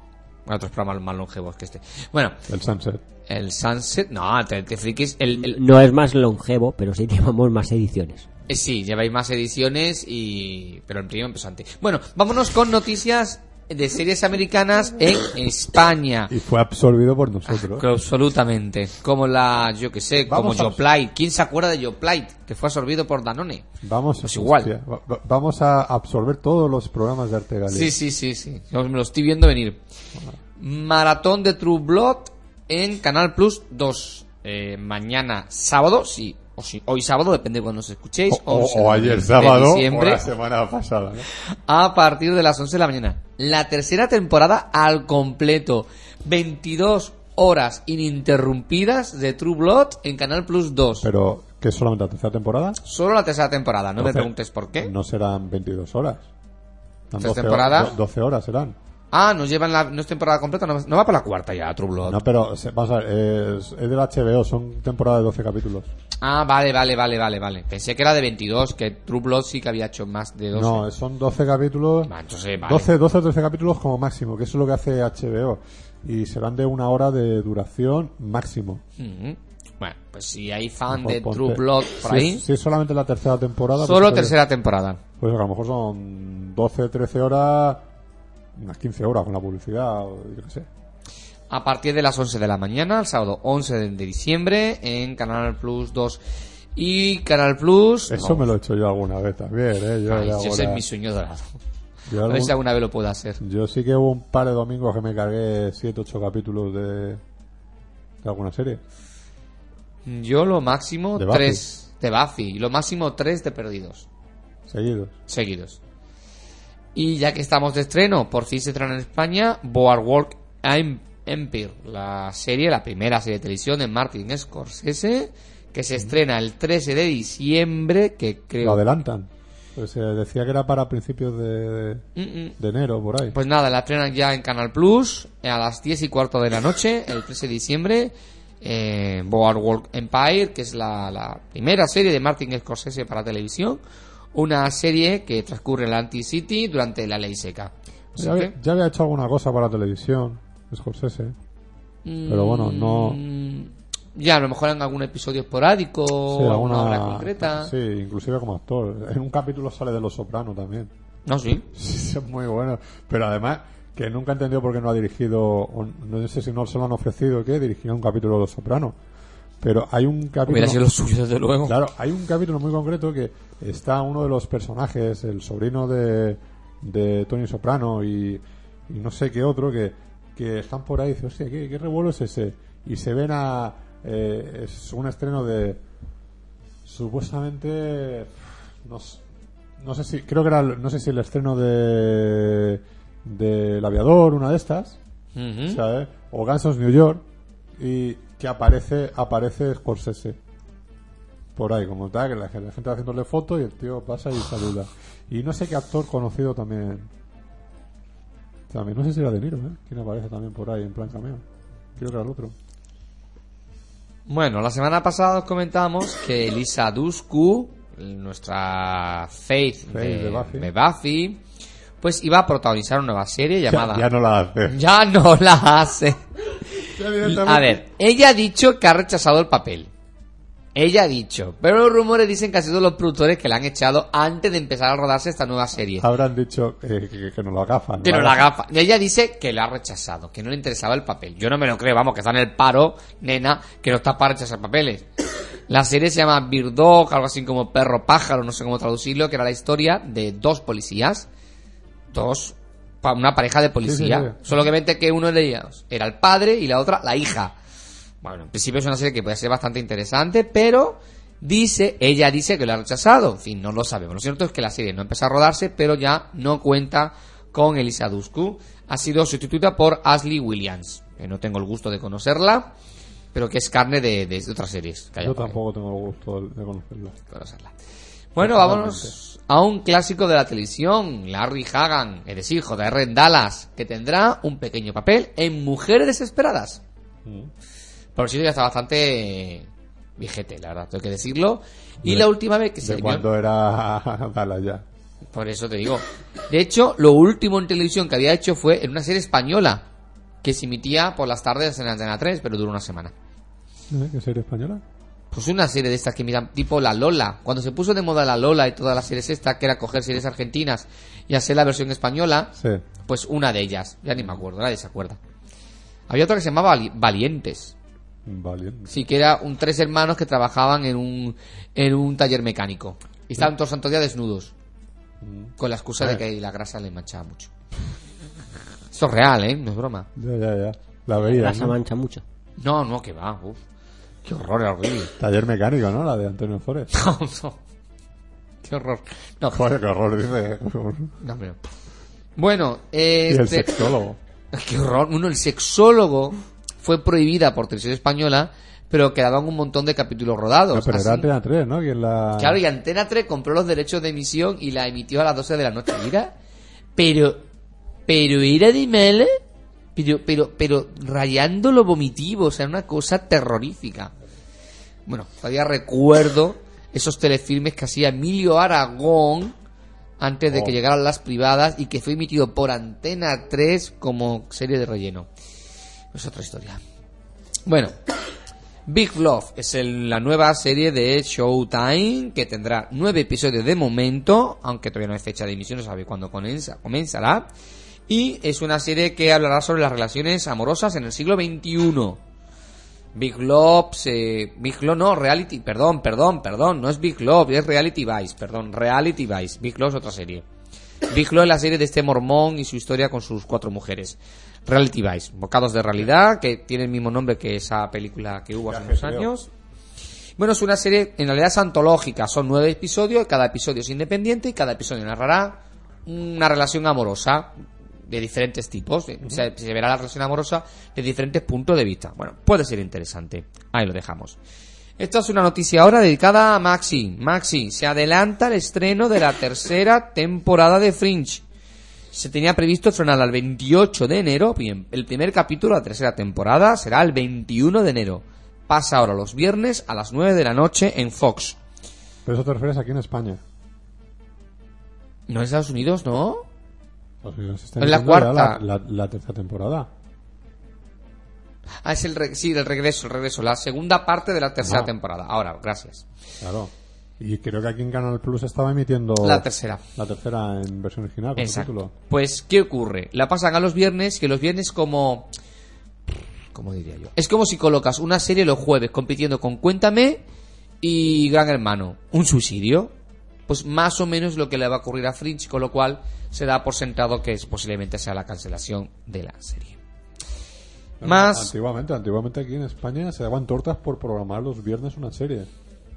A: Hay otros programas más longevos que este. Bueno,
B: El sunset.
A: el Sunset. No, te, te frikis. El, el-
C: No es más longevo, pero sí llevamos más ediciones.
A: eh, sí, lleváis más ediciones y. Pero el primero empezó antes. Bueno, vámonos con noticias de series americanas en España.
B: Y fue absolvido por nosotros.
A: Que Absolutamente. Como la, yo que sé,
B: Vamos
A: como
B: a-
A: Joplite. ¿Quién se acuerda de Joplite? Que fue absorbido por Danone.
B: Vamos,
A: Pues igual.
B: va- va- vamos a absorber todos los programas de Arte Galés.
A: Sí, sí, sí, sí. Yo me lo estoy viendo venir. Maratón de True Blood en Canal Plus 2. Eh, mañana sábado, sí. O si, hoy sábado, depende de cuando nos escuchéis.
B: O, o-
A: 11
B: o
A: de
B: ayer sábado o
A: diciembre,
B: la semana pasada. ¿no?
A: a partir de las 11 de la mañana. La tercera temporada al completo. 22 horas ininterrumpidas de True Blood en Canal Plus 2.
B: Pero que es solamente la tercera temporada.
A: Solo la tercera temporada, no me preguntes
B: Entonces,
A: por qué.
B: No serán 22 horas. Serán
A: Tercera
B: 12
A: temporada.
B: do- 12 horas serán.
A: Ah, no llevan la, no es temporada completa, no, no va para la cuarta ya, True Blood.
B: No, pero se- vamos a ver, es, es del HBO, son temporadas de 12 capítulos.
A: Ah, vale, vale, vale, vale, vale. Pensé que era de 22, que True Blood sí que había hecho más de 12.
B: No, son 12 capítulos.
A: Ah, entonces, vale.
B: 12, 12 o 13 capítulos como máximo, que eso es lo que hace HBO. Y serán de una hora de duración máximo.
A: Mhm. Bueno, pues si hay fan
B: Pues
A: de
B: ponte-
A: True Blood por
B: si
A: ahí,
B: Es, si es solamente la tercera temporada.
A: solo
B: pues,
A: tercera temporada.
B: Pues a lo mejor son 12, 13 horas, unas 15 horas con la publicidad, o yo qué sé.
A: A partir de las 11 de la mañana, el sábado 11 de de diciembre, en Canal Plus 2. Y Canal Plus...
B: Eso
A: no.
B: me lo he hecho yo alguna vez también, ¿eh? Yo,
A: Ay,
B: era
A: ese es
B: ahora- ¿eh?
A: mi sueño dorado.
B: yo
A: A ver si
B: algún-
A: alguna vez lo puedo hacer.
B: yo sí que hubo un par de domingos que me cargué 7, 8 capítulos de, de alguna serie.
A: Yo lo máximo
B: De Buffy.
A: tres de Buffy y lo máximo tres de perdidos
B: Seguidos.
A: seguidos. Y ya que estamos de estreno, por fin se estrena en España Boardwalk Em- Empire, la serie, la primera serie de televisión de Martin Scorsese, que se estrena el 13 de diciembre, que
B: Lo
A: creo...
B: adelantan. Pues se decía que era para principios de,
A: Mm, mm.
B: de enero, por ahí.
A: Pues nada, la estrenan ya en Canal Plus eh, a las 10 y cuarto de la noche, el 13 de diciembre. Eh, Boardwalk Empire, que es la, la primera serie de Martin Scorsese para televisión. Una serie que transcurre en la Anti-City durante la ley seca. Así
B: ya,
A: que-
B: había, ya había hecho alguna cosa para la televisión, Scorsese. Pero bueno, no-
A: Mm, Ya, a lo mejor en algún episodio esporádico,
B: Sí,
A: alguna... obra concreta.
B: Sí, inclusive como actor. En un capítulo sale de Los Soprano también.
A: No, sí.
B: Sí, sí, es muy bueno. Pero además, que nunca he entendido por qué no ha dirigido, o no sé si no se lo han ofrecido, que dirigir un capítulo de Los Sopranos. Pero hay un capítulo.
A: Hubiera sido lo suyo, desde luego.
B: Claro, hay un capítulo muy concreto que está uno de los personajes, el sobrino de, de Tony Soprano y, y no sé qué otro, que, que están por ahí y dicen, hostia, ¿qué, qué revuelo es ese? Y se ven a... eh, es un estreno de... Supuestamente... No, s- no sé si... Creo que era... el- No sé si el estreno de... Del aviador, una de estas.
A: Ujú.
B: ¿sabes? O Guns N' New York y que aparece aparece Scorsese por ahí como tal que la, gente- la gente haciéndole fotos y el tío pasa y saluda y no sé qué actor conocido también también no sé si era De Niro ¿eh? quien aparece también por ahí en plan cameo creo que era el otro
A: Bueno, la semana pasada os comentamos que Elisa Dusku, nuestra Faith,
B: Faith
A: de,
B: de Buffy.
A: de Buffy, pues iba a protagonizar una nueva serie llamada...
B: ya, ya no la hace
A: Ya no la hace.
B: Ya
A: A
B: directamente-
A: ver, ella ha dicho que ha rechazado el papel. Ella ha dicho, pero los rumores dicen que han sido los productores que la han echado antes de empezar a rodarse esta nueva serie.
B: habrán dicho eh, que, que nos lo agafan
A: Que no
B: ¿vale?
A: la gafa. Ella dice que la ha rechazado, que no le interesaba el papel. Yo no me lo creo, vamos, que está en el paro, nena, que no está para rechazar papeles. La serie se llama Bird Dog, algo así como perro pájaro, no sé cómo traducirlo, que era la historia de dos policías, dos, pa- una pareja de policía.
B: Sí, sí, sí.
A: Solamente que uno de ellos era el padre y la otra la hija. Bueno, en principio es una serie que puede ser bastante interesante, pero Dice, ella dice que lo ha rechazado. En fin, no lo sabemos. Lo cierto es que la serie no empezó a rodarse, pero ya no cuenta con Elisa Dusku. Ha sido sustituida por Ashley Williams, que no tengo el gusto de conocerla, pero que es carne de, de otras series. que hay
B: Yo
A: por ahí.
B: tampoco tengo el gusto de conocerla.
A: conocerla. Bueno, vámonos a un clásico de la televisión, Larry Hagan, es decir, J.R. Dallas, que tendrá un pequeño papel en Mujeres Desesperadas.
B: Mm.
A: Por cierto, ya está bastante eh, vigente, la verdad, tengo que decirlo. Y
B: De-
A: la última vez que se
B: De
A: vio-
B: cuando era Dallas ya.
A: por eso te digo. De hecho, lo último en televisión que había hecho fue en una serie española que se emitía por las tardes en Antena 3, pero duró una semana.
B: ¿Eh? ¿Qué serie española?
A: Pues una serie de estas que miran, tipo La Lola. Cuando se puso de moda La Lola y todas las series estas, que era coger series argentinas y hacer la versión española,
B: Sí.
A: pues una de ellas. Ya ni me acuerdo, nadie se acuerda. Había otra que se llamaba Vali- Valientes.
B: Valiente.
A: Sí, que era un tres hermanos que trabajaban en un, en un taller mecánico. Y estaban todos santos día desnudos. Con la excusa de que la grasa le manchaba mucho. Esto es real, ¿eh? No es broma.
B: Ya, ya, ya. La
C: La
B: veía.
C: se
B: ¿no?
C: mancha mucho.
A: No, no, que va. Uf. Qué horror, era horrible.
B: Taller mecánico, ¿no? La de Antonio Flores.
A: No, no. Qué horror. No,
B: Joder, qué horror, dice.
A: No, hombre. Bueno, eh,
B: y el
A: este-
B: sexólogo.
A: Qué horror. Uno, el sexólogo fue prohibida por televisión española, pero quedaban un montón de capítulos rodados.
B: No, pero era
A: Así-
B: Antena 3, ¿no? Quien la...
A: Claro, y Antena 3 compró los derechos de emisión y la emitió a las 12 de la noche. Mira, pero, pero era de mala, pero, pero, pero rayando lo vomitivo, o sea, una cosa terrorífica. Bueno, todavía recuerdo esos telefilmes que hacía Emilio Aragón antes de que llegaran las privadas y que fue emitido por Antena 3 como serie de relleno. Es otra historia. Bueno, Big Love es el- la nueva serie de Showtime que tendrá nueve episodios de momento, aunque todavía no hay fecha de emisión, no sabe cuándo comenza- comenzará. Y es una serie que hablará sobre las relaciones amorosas en el siglo XXI. Big Love, se- Big Love no, Reality, perdón, perdón, perdón, no es Big Love, es Reality Vice, perdón, Reality Vice, Big Love es otra serie. Big Love es la serie de este mormón y su historia con sus cuatro mujeres. Reality Vice, Bocados de Realidad, que tiene el mismo nombre que esa película que hubo hace
B: Ya,
A: unos
B: creo.
A: años. Bueno, es una serie, en realidad es antológica, son nueve episodios, cada episodio es independiente y cada episodio narrará una relación amorosa de diferentes tipos. eh, se, se verá la relación amorosa de diferentes puntos de vista. Bueno, puede ser interesante. Ahí lo dejamos. Esta es una noticia ahora dedicada a Maxi. Maxi, se adelanta el estreno de la tercera temporada de Fringe. Se tenía previsto estrenar al 28 de enero. Bien, el primer capítulo de la tercera temporada será el 21 de enero. Pasa ahora los viernes a las 9 de la noche en Fox.
B: Pero eso te refieres aquí en España.
A: ¿No en Estados Unidos, no?
B: Pues nos está
A: Es la
B: diciendo ya
A: cuarta.
B: La, la- la tercera temporada.
A: Ah, es el re- sí, el regreso, el regreso, la segunda parte de la tercera
B: Ah.
A: temporada. Ahora, gracias.
B: Claro. Y creo que aquí en Canal Plus estaba emitiendo...
A: La tercera.
B: La tercera en versión original, con
A: Exacto.
B: título.
A: Pues, ¿qué ocurre? La pasan a los viernes, que los viernes como... ¿Cómo diría yo? Es como si colocas una serie los jueves compitiendo con Cuéntame y Gran Hermano. ¿Un suicidio? Pues más o menos lo que le va a ocurrir a Fringe, con lo cual se da por sentado que es- posiblemente sea la cancelación de la serie.
B: No,
A: Más...
B: Antiguamente, antiguamente aquí en España se daban tortas por programar los viernes una serie.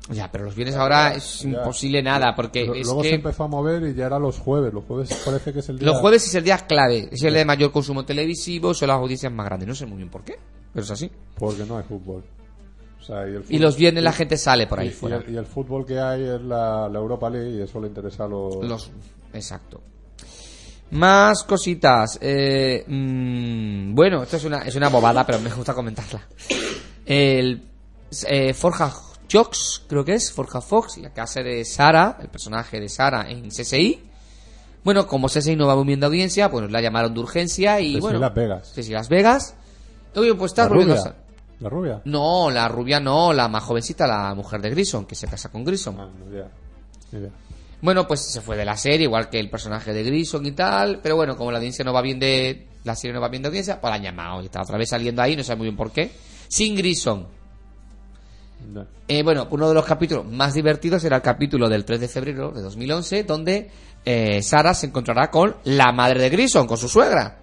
A: Ya, pero los viernes ahora es
B: ya.
A: imposible nada, porque
B: Pero
A: Eh, es
B: luego
A: que...
B: se empezó a mover y ya era los jueves. Los jueves parece que es el día...
A: Los jueves es el día clave, es el día de mayor consumo televisivo, son las audiencias más grandes. No sé muy bien por qué, pero es así.
B: Porque no hay fútbol. O sea, y, el
A: Y
B: fútbol-
A: los viernes la gente sale por
B: y-
A: ahí
B: y
A: fuera.
B: el, y el fútbol que hay es la, la Europa League y eso le interesa a los...
A: Los, exacto. Más cositas. eh, mm, bueno, esto es una, es una bobada, pero me gusta comentarla. El eh, Forja Fox, creo que es, Forja Fox, la que hace de Sara, el personaje de Sara en CSI. Bueno, como CSI no va muy bien de audiencia, pues nos la llamaron de urgencia y
B: CSI
A: bueno.
B: Las Vegas.
A: CSI Las Vegas. Oye, pues
B: la
A: estás volviendo a
B: rubia.
A: sa-
B: La rubia.
A: No, la rubia no, la más jovencita, la mujer de Grison, que se casa con Grison.
B: Ah, no, ya. Ni idea.
A: Bueno, pues se fue de la serie, igual que el personaje de Grison y tal. Pero bueno, como la audiencia no va bien de. La serie no va bien de audiencia, pues la han llamado. Y está otra vez saliendo ahí, no sé muy bien por qué. Sin Grison.
B: No.
A: Eh, bueno, uno de los capítulos más divertidos era el capítulo del 3 de febrero de 2011, donde eh, Sara se encontrará con la madre de Grison, con su suegra.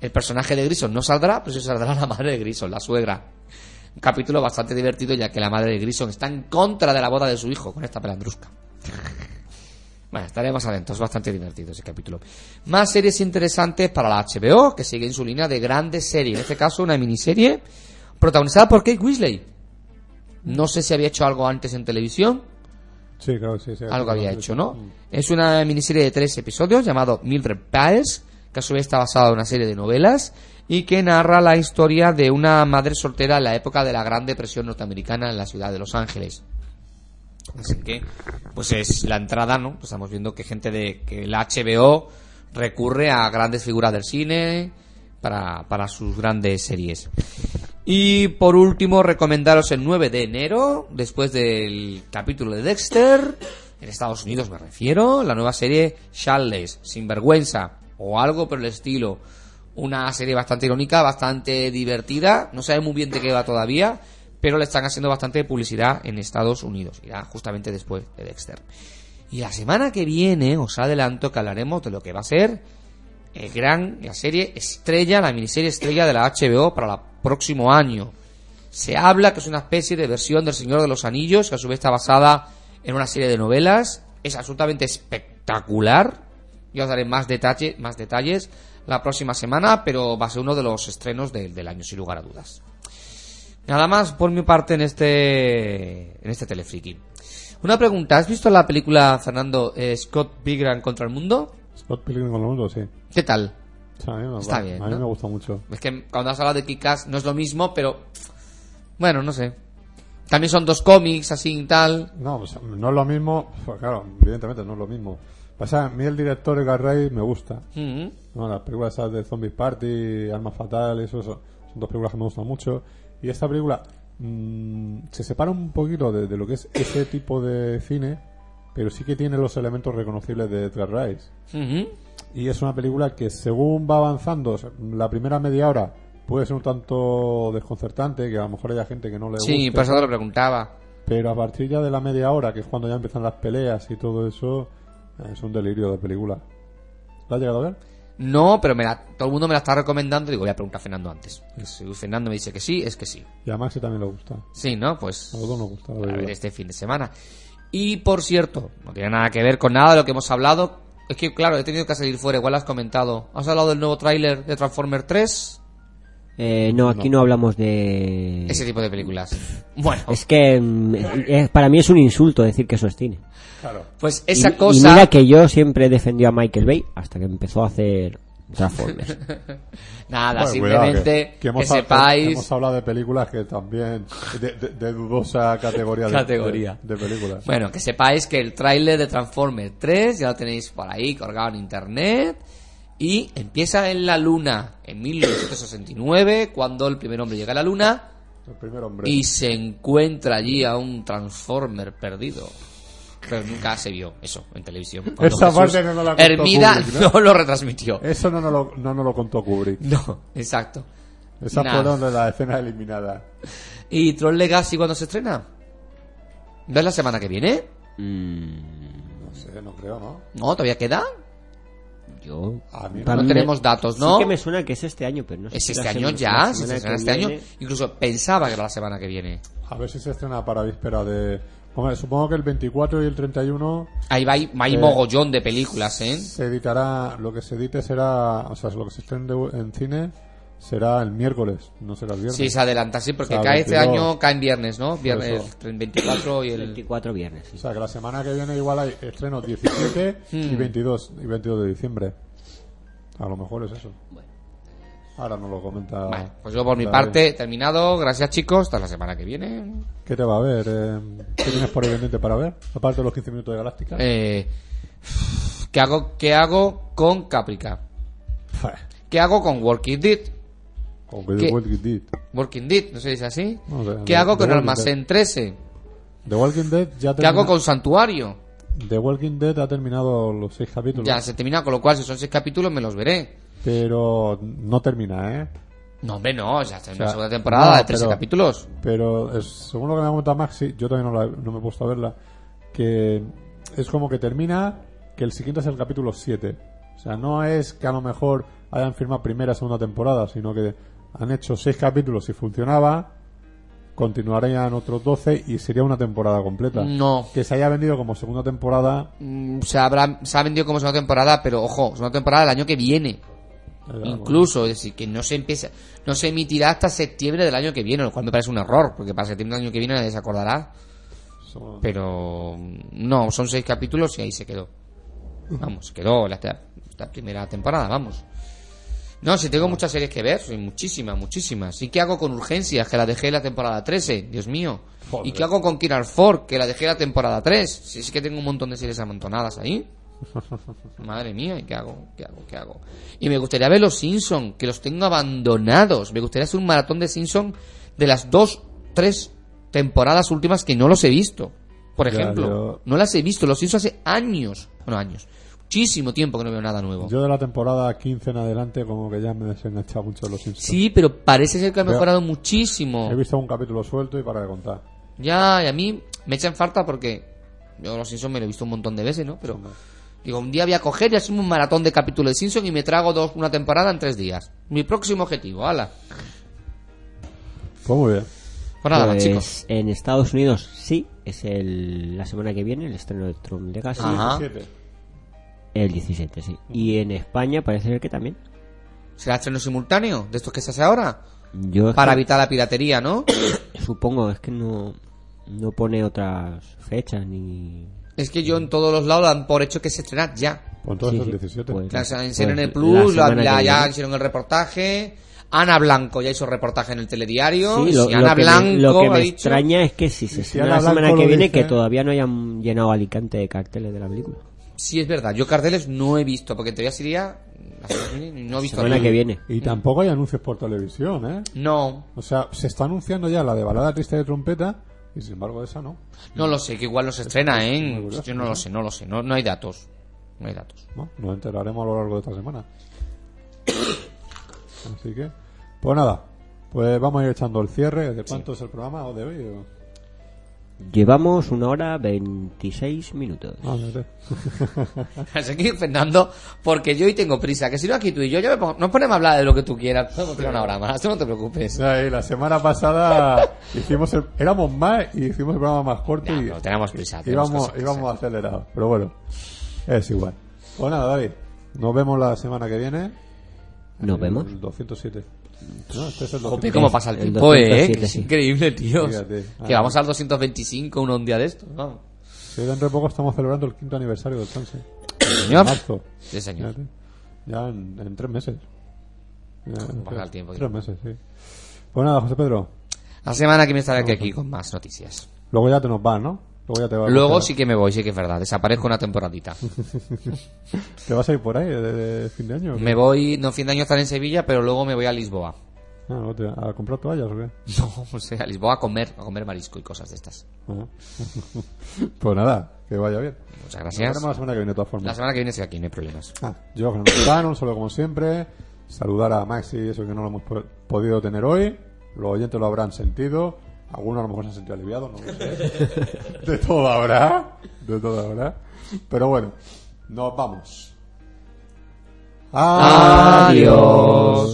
A: El personaje de Grison no saldrá, pero sí saldrá la madre de Grison, la suegra. Un capítulo bastante divertido ya que la madre de Grison está en contra de la boda de su hijo con esta pelandrusca. Bueno, estaremos atentos, es bastante divertido ese capítulo. Más series interesantes para la HBO, que sigue en su línea de grandes series. En este caso, una miniserie protagonizada por Kate Weasley. No sé si había hecho algo antes en televisión,
B: Sí, claro, sí, sí.
A: algo había hecho, ¿no? Es una miniserie de tres episodios llamado Mildred Piles, que a su vez está basada en una serie de novelas y que narra la historia de una madre soltera en la época de la Gran Depresión norteamericana en la ciudad de Los Ángeles. Así que, pues es la entrada, ¿no? Pues estamos viendo que gente de que la HBO recurre a grandes figuras del cine para, para sus grandes series. Y por último, recomendaros el 9 de enero, después del capítulo de Dexter, en Estados Unidos me refiero, la nueva serie Charles, Sinvergüenza, o algo por el estilo. Una serie bastante irónica, bastante divertida, no sabe muy bien de qué va todavía, pero le están haciendo bastante publicidad en Estados Unidos. Irá justamente después de Dexter. Y la semana que viene os adelanto que hablaremos de lo que va a ser el eh, gran, la serie estrella, la miniserie estrella de la HBO para el próximo año. Se habla que es una especie de versión del Señor de los Anillos, que a su vez está basada en una serie de novelas. Es absolutamente espectacular. Ya os daré más, detalle, más detalles la próxima semana, pero va a ser uno de los estrenos del- del año, sin lugar a dudas. Nada más por mi parte en este en este telefriki. Una pregunta, ¿has visto la película Fernando eh, Scott Pilgrim contra el mundo?
B: Scott Pilgrim con el mundo, sí.
A: ¿Qué tal?
B: O sea, a mí me,
A: Está
B: va-
A: bien,
B: a mí
A: ¿no?
B: me gusta mucho.
A: Es que cuando has hablado de Kikas no es lo mismo, pero bueno, no sé. También son dos cómics así y tal.
B: No, o sea, no es lo mismo. pues claro, evidentemente no es lo mismo. Pasa, a mí el director Edgar Wright me gusta.
A: Mm,
B: No, las películas esas de Zombies Party, Alma Fatal, eso, eso, son dos películas que me gustan mucho. Y esta película mm, se separa un poquito de, de lo que es ese tipo de cine, pero sí que tiene los elementos reconocibles de Edgar Wright.
A: mm.
B: Y es una película que según va avanzando, o sea, la primera media hora puede ser un tanto desconcertante, que a lo mejor haya gente que no le
A: Sí,
B: guste,
A: por eso te lo preguntaba.
B: pero a partir ya de la media hora, que es cuando ya empiezan las peleas y todo eso, es un delirio de película. ¿La has llegado a ver?
A: No, pero me la- todo el mundo me la está recomendando. Digo, voy a preguntar a Fernando antes. Y Si Fernando me dice que sí, es que sí.
B: Y a Maxi también le gusta.
A: Sí, ¿no? Pues
B: A los dos nos gusta la
A: a ver
B: película.
A: este fin de semana. Y por cierto, no tiene nada que ver con nada de lo que hemos hablado. Es que, claro, he tenido que salir fuera, igual has comentado. ¿Has hablado del nuevo tráiler de Transformer 3?
C: Eh, no, aquí no. hablamos de...
A: Ese tipo de películas. Bueno,
C: Mm. Es que mm, eh, para mí es un insulto decir que eso es cine.
A: pues esa
C: Y- y
A: cosa...
C: mira que yo siempre he defendido a Michael Bay hasta que empezó a hacer Transformers.
A: Nada,
B: Bueno, cuidado,
A: simplemente que,
B: hemos, ha-
A: sepáis...
B: hemos hablado de películas que también. de, de- de dudosa categoría. de-
A: Categoría.
B: De, de películas.
A: Bueno, que sepáis que el tráiler de Transformers 3 ya lo tenéis por ahí colgado en internet. Y empieza en la luna, en 1969, cuando el primer hombre llega a la luna.
B: El primer hombre.
A: y se encuentra allí a un Transformer perdido. Pero nunca se vio eso en televisión. Cuando
B: Esa
A: Jesús
B: parte no nos la contó
A: Hermida
B: Kubrick, ¿no? Eh.
A: no lo retransmitió.
B: Eso no nos lo, no nos lo contó Kubrick.
A: No, exacto.
B: Esas
A: Nada.
B: fueron de las escenas eliminadas.
A: ¿Y Tron Legacy cuándo se estrena? ¿No es la semana que viene?
B: No sé, no creo, ¿no?
A: ¿No? ¿Todavía queda?
C: yo...
B: A mí no
C: Para
A: No
C: mí
A: tenemos
C: me-
A: datos,
C: sí
A: ¿no?
C: que me suena que es este año, pero no sé
A: Es
C: si
A: este
C: la
A: año
C: semana-
A: ya,
C: la
A: si se
C: semana
A: estrena
C: que
A: este año.
C: viene.
A: Incluso pensaba que era la semana que viene.
B: A ver si se estrena para víspera de. Hombre, supongo que el 24 y el 31
A: Ahí va, hay hay
B: Eh,
A: mogollón de películas, ¿eh?
B: se editará. Lo que se edite será. O sea, lo que se estrene en cine será el miércoles, no será el viernes.
A: Sí, se adelanta, sí, porque
B: O sea,
A: cae este
B: 22.
A: año, cae en viernes, ¿no? Viernes
B: eso.
A: el 24 y el
C: 24 viernes.
B: O
C: sí.
B: sea, que la semana que viene igual hay estrenos 17
A: Hmm.
B: y 22 y 22 de diciembre. A lo mejor es eso. Ahora nos lo comenta.
A: Vale, pues yo por mi
B: David.
A: parte he terminado. Gracias chicos, hasta la semana que viene.
B: ¿Qué te va a ver? Eh, ¿Qué tienes por ahí pendiente para ver? Aparte de los 15 minutos de Galáctica.
A: Eh, ¿qué, hago, ¿Qué hago con Caprica? ¿Qué hago con Working Dead?
B: O que
A: ¿Qué?
B: The Walking Dead.
A: Working Dead, no se dice así.
B: No sé,
A: ¿Qué
B: The-
A: hago
B: The
A: con
B: Walking
A: Almacén 13?
B: The Walking Dead ya
A: ¿Qué hago
B: termina-
A: con Santuario?
B: The Walking Dead ha terminado los 6 capítulos.
A: Ya se termina, con lo cual si son seis capítulos me los veré.
B: Pero no termina, ¿eh?
A: No, hombre, no, ya está en la
B: O sea,
A: segunda temporada
B: no,
A: de 13
B: pero-
A: capítulos.
B: Pero es- según lo que me ha comentado Maxi, yo todavía no, la- no me he puesto a verla, que es como que termina que el siguiente es el capítulo 7. O sea, no es que a lo mejor hayan firmado primera, segunda temporada, sino que han hecho seis capítulos y funcionaba, continuarían otros 12 y sería una temporada completa.
A: No.
B: Que se haya vendido como segunda temporada.
A: Mm, Se, habrá, se ha vendido como segunda temporada, pero ojo, segunda temporada del año que viene.
B: eh,
A: Incluso, es decir, que no se empieza, no se emitirá hasta septiembre del año que viene, lo cual me parece un error, porque para septiembre del año que viene nadie se acordará.
B: bueno, son-
A: Pero mm, no, son seis capítulos y ahí se quedó. Vamos, se quedó la, la primera temporada, vamos. No, si tengo muchas series que ver, soy muchísimas, muchísimas. ¿Y qué hago con Urgencias? Que la dejé la temporada 13, Dios mío. ¿Y qué hago con Kiral Ford? Que la dejé la temporada 3. Si es que tengo un montón de series amontonadas ahí. Madre mía, ¿y ¿qué hago? ¿Qué hago? ¿Qué hago? Y me gustaría ver los Simpson, que los tengo abandonados. Me gustaría hacer un maratón de Simpson de las dos, tres temporadas últimas que no los he visto. Por
B: Ya,
A: ejemplo,
B: yo-
A: no las he visto. Los Simpson hace años, bueno, años, muchísimo tiempo que no veo nada nuevo.
B: Yo de la temporada 15 en adelante como que ya me he desenganchado mucho de los Simpsons.
A: Sí, pero parece ser que ha
B: Veo-
A: mejorado muchísimo.
B: He visto un capítulo suelto y para de contar.
A: Ya, y a mí me echan falta porque yo los Simpsons me lo he visto un montón de veces, ¿no? Pero digo, un día voy a coger y hacemos un maratón de capítulos de Simpsons y me trago dos, una temporada en tres días. Mi próximo objetivo, ala.
B: Pues muy bien.
A: Pues nada más,
C: Pues,
A: chicos.
C: En Estados Unidos sí, es el, la semana que viene el estreno de Tron Legacy.
A: Ajá.
B: Siete.
C: El 17, sí. Y en España parece ser que también.
A: ¿Será estreno simultáneo de estos que se hace ahora?
C: Yo es
A: Para
C: que-
A: evitar la piratería, ¿no?
C: supongo, es que no, no pone otras fechas ni...
A: es que yo en todos los lados dan por hecho que se estrena ya.
B: Pues entonces
C: Sí,
B: el
C: sí,
B: 17.
C: pues.
A: La hicieron en el
C: Pues,
A: Plus,
C: la
A: la-
C: semana
A: la-
C: que
A: ya
C: viene.
A: hicieron el reportaje. Ana Blanco ya hizo reportaje en el telediario.
C: Sí,
A: Si Ana
C: que me-
A: Blanco
C: lo que
A: ha
C: me
A: dicho-
C: extraña es que si se
B: Y si
C: estrena
B: Ana
C: la semana
B: Blanco
C: que
B: lo
C: viene
B: dice-
C: que todavía no hayan llenado Alicante de carteles de la película.
A: Sí, es verdad. Yo carteles no he visto, porque en teoría sería... la semana que viene, No he visto
C: semana
A: nada.
C: que viene.
B: Y tampoco hay anuncios por televisión, ¿eh?
A: No,
B: O sea, se está anunciando ya la de balada triste de trompeta y sin embargo esa no.
A: no lo sé, que igual no se estrena,
B: muy
A: ¿eh?
B: curioso,
A: Yo no lo sé, no lo sé, no, no hay datos. No hay datos.
B: ¿no? Nos enteraremos a lo largo de esta semana. Así que, pues nada, pues vamos a ir echando el cierre. ¿De cuánto es el programa o de hoy? o?
C: Llevamos una hora 26 minutos.
B: Ah, vale.
A: Así que, Fernando, porque yo hoy tengo prisa, que si no aquí tú y yo, yo me pongo- nos ponemos a hablar de lo que tú quieras, podemos tirar una hora más, tú no te preocupes.
B: Ya, y la semana pasada hicimos el- éramos más y hicimos el programa más corto
A: Ya,
B: y
A: no, tenemos prisa. tenemos
B: íbamos,
A: cosas que hacer.
B: íbamos acelerados. Pero bueno, es igual. Pues nada, David, nos vemos la semana que viene.
C: Nos
B: El
C: vemos.
B: 207. No, este es el
A: Jope,
B: 207.
A: cómo pasa el
C: El
A: tiempo, eh,
C: 207,
A: que es
C: sí.
A: increíble, tío.
B: Fíjate. Ah.
A: Que vamos al 225 uno un día de estos, vamos.
B: Sí, dentro de poco estamos celebrando el quinto aniversario del Sanse.
A: Señor.
B: Marzo.
A: Sí, señor.
B: Fíjate. Ya en, en tres meses. Ya, en
A: Pasa
B: tres-
A: el tiempo,
B: Tres meses, sí. Pues nada, José Pedro.
A: La semana que me estaré aquí con más noticias.
B: Luego ya te nos vas, ¿no? Luego ya te vas.
A: Luego
B: o
A: sí
B: sea,
A: que me voy, sí que es verdad. Desaparezco una temporadita.
B: ¿Te vas a ir por ahí de, de fin de año? o qué?
A: Me voy, no, fin de año estaré en Sevilla, pero luego me voy a Lisboa.
B: Ah, no te- ¿A comprar toallas o qué?
A: No, o sea, a Lisboa a comer, a comer marisco y cosas de estas.
B: Ah. pues nada, que vaya bien.
A: Muchas
B: Nos
A: gracias.
B: veremos la semana que viene, de todas formas.
A: La semana que viene estoy aquí, no hay problemas.
B: Ah, yo, Fernando Montano, un saludo como siempre. Saludar a Maxi, eso que no lo hemos po- podido tener hoy. Los oyentes lo habrán sentido. Algunos a lo mejor se han sentido aliviados, no lo sé. De todo habrá. De todo habrá. Pero bueno, nos vamos.
A: Adiós.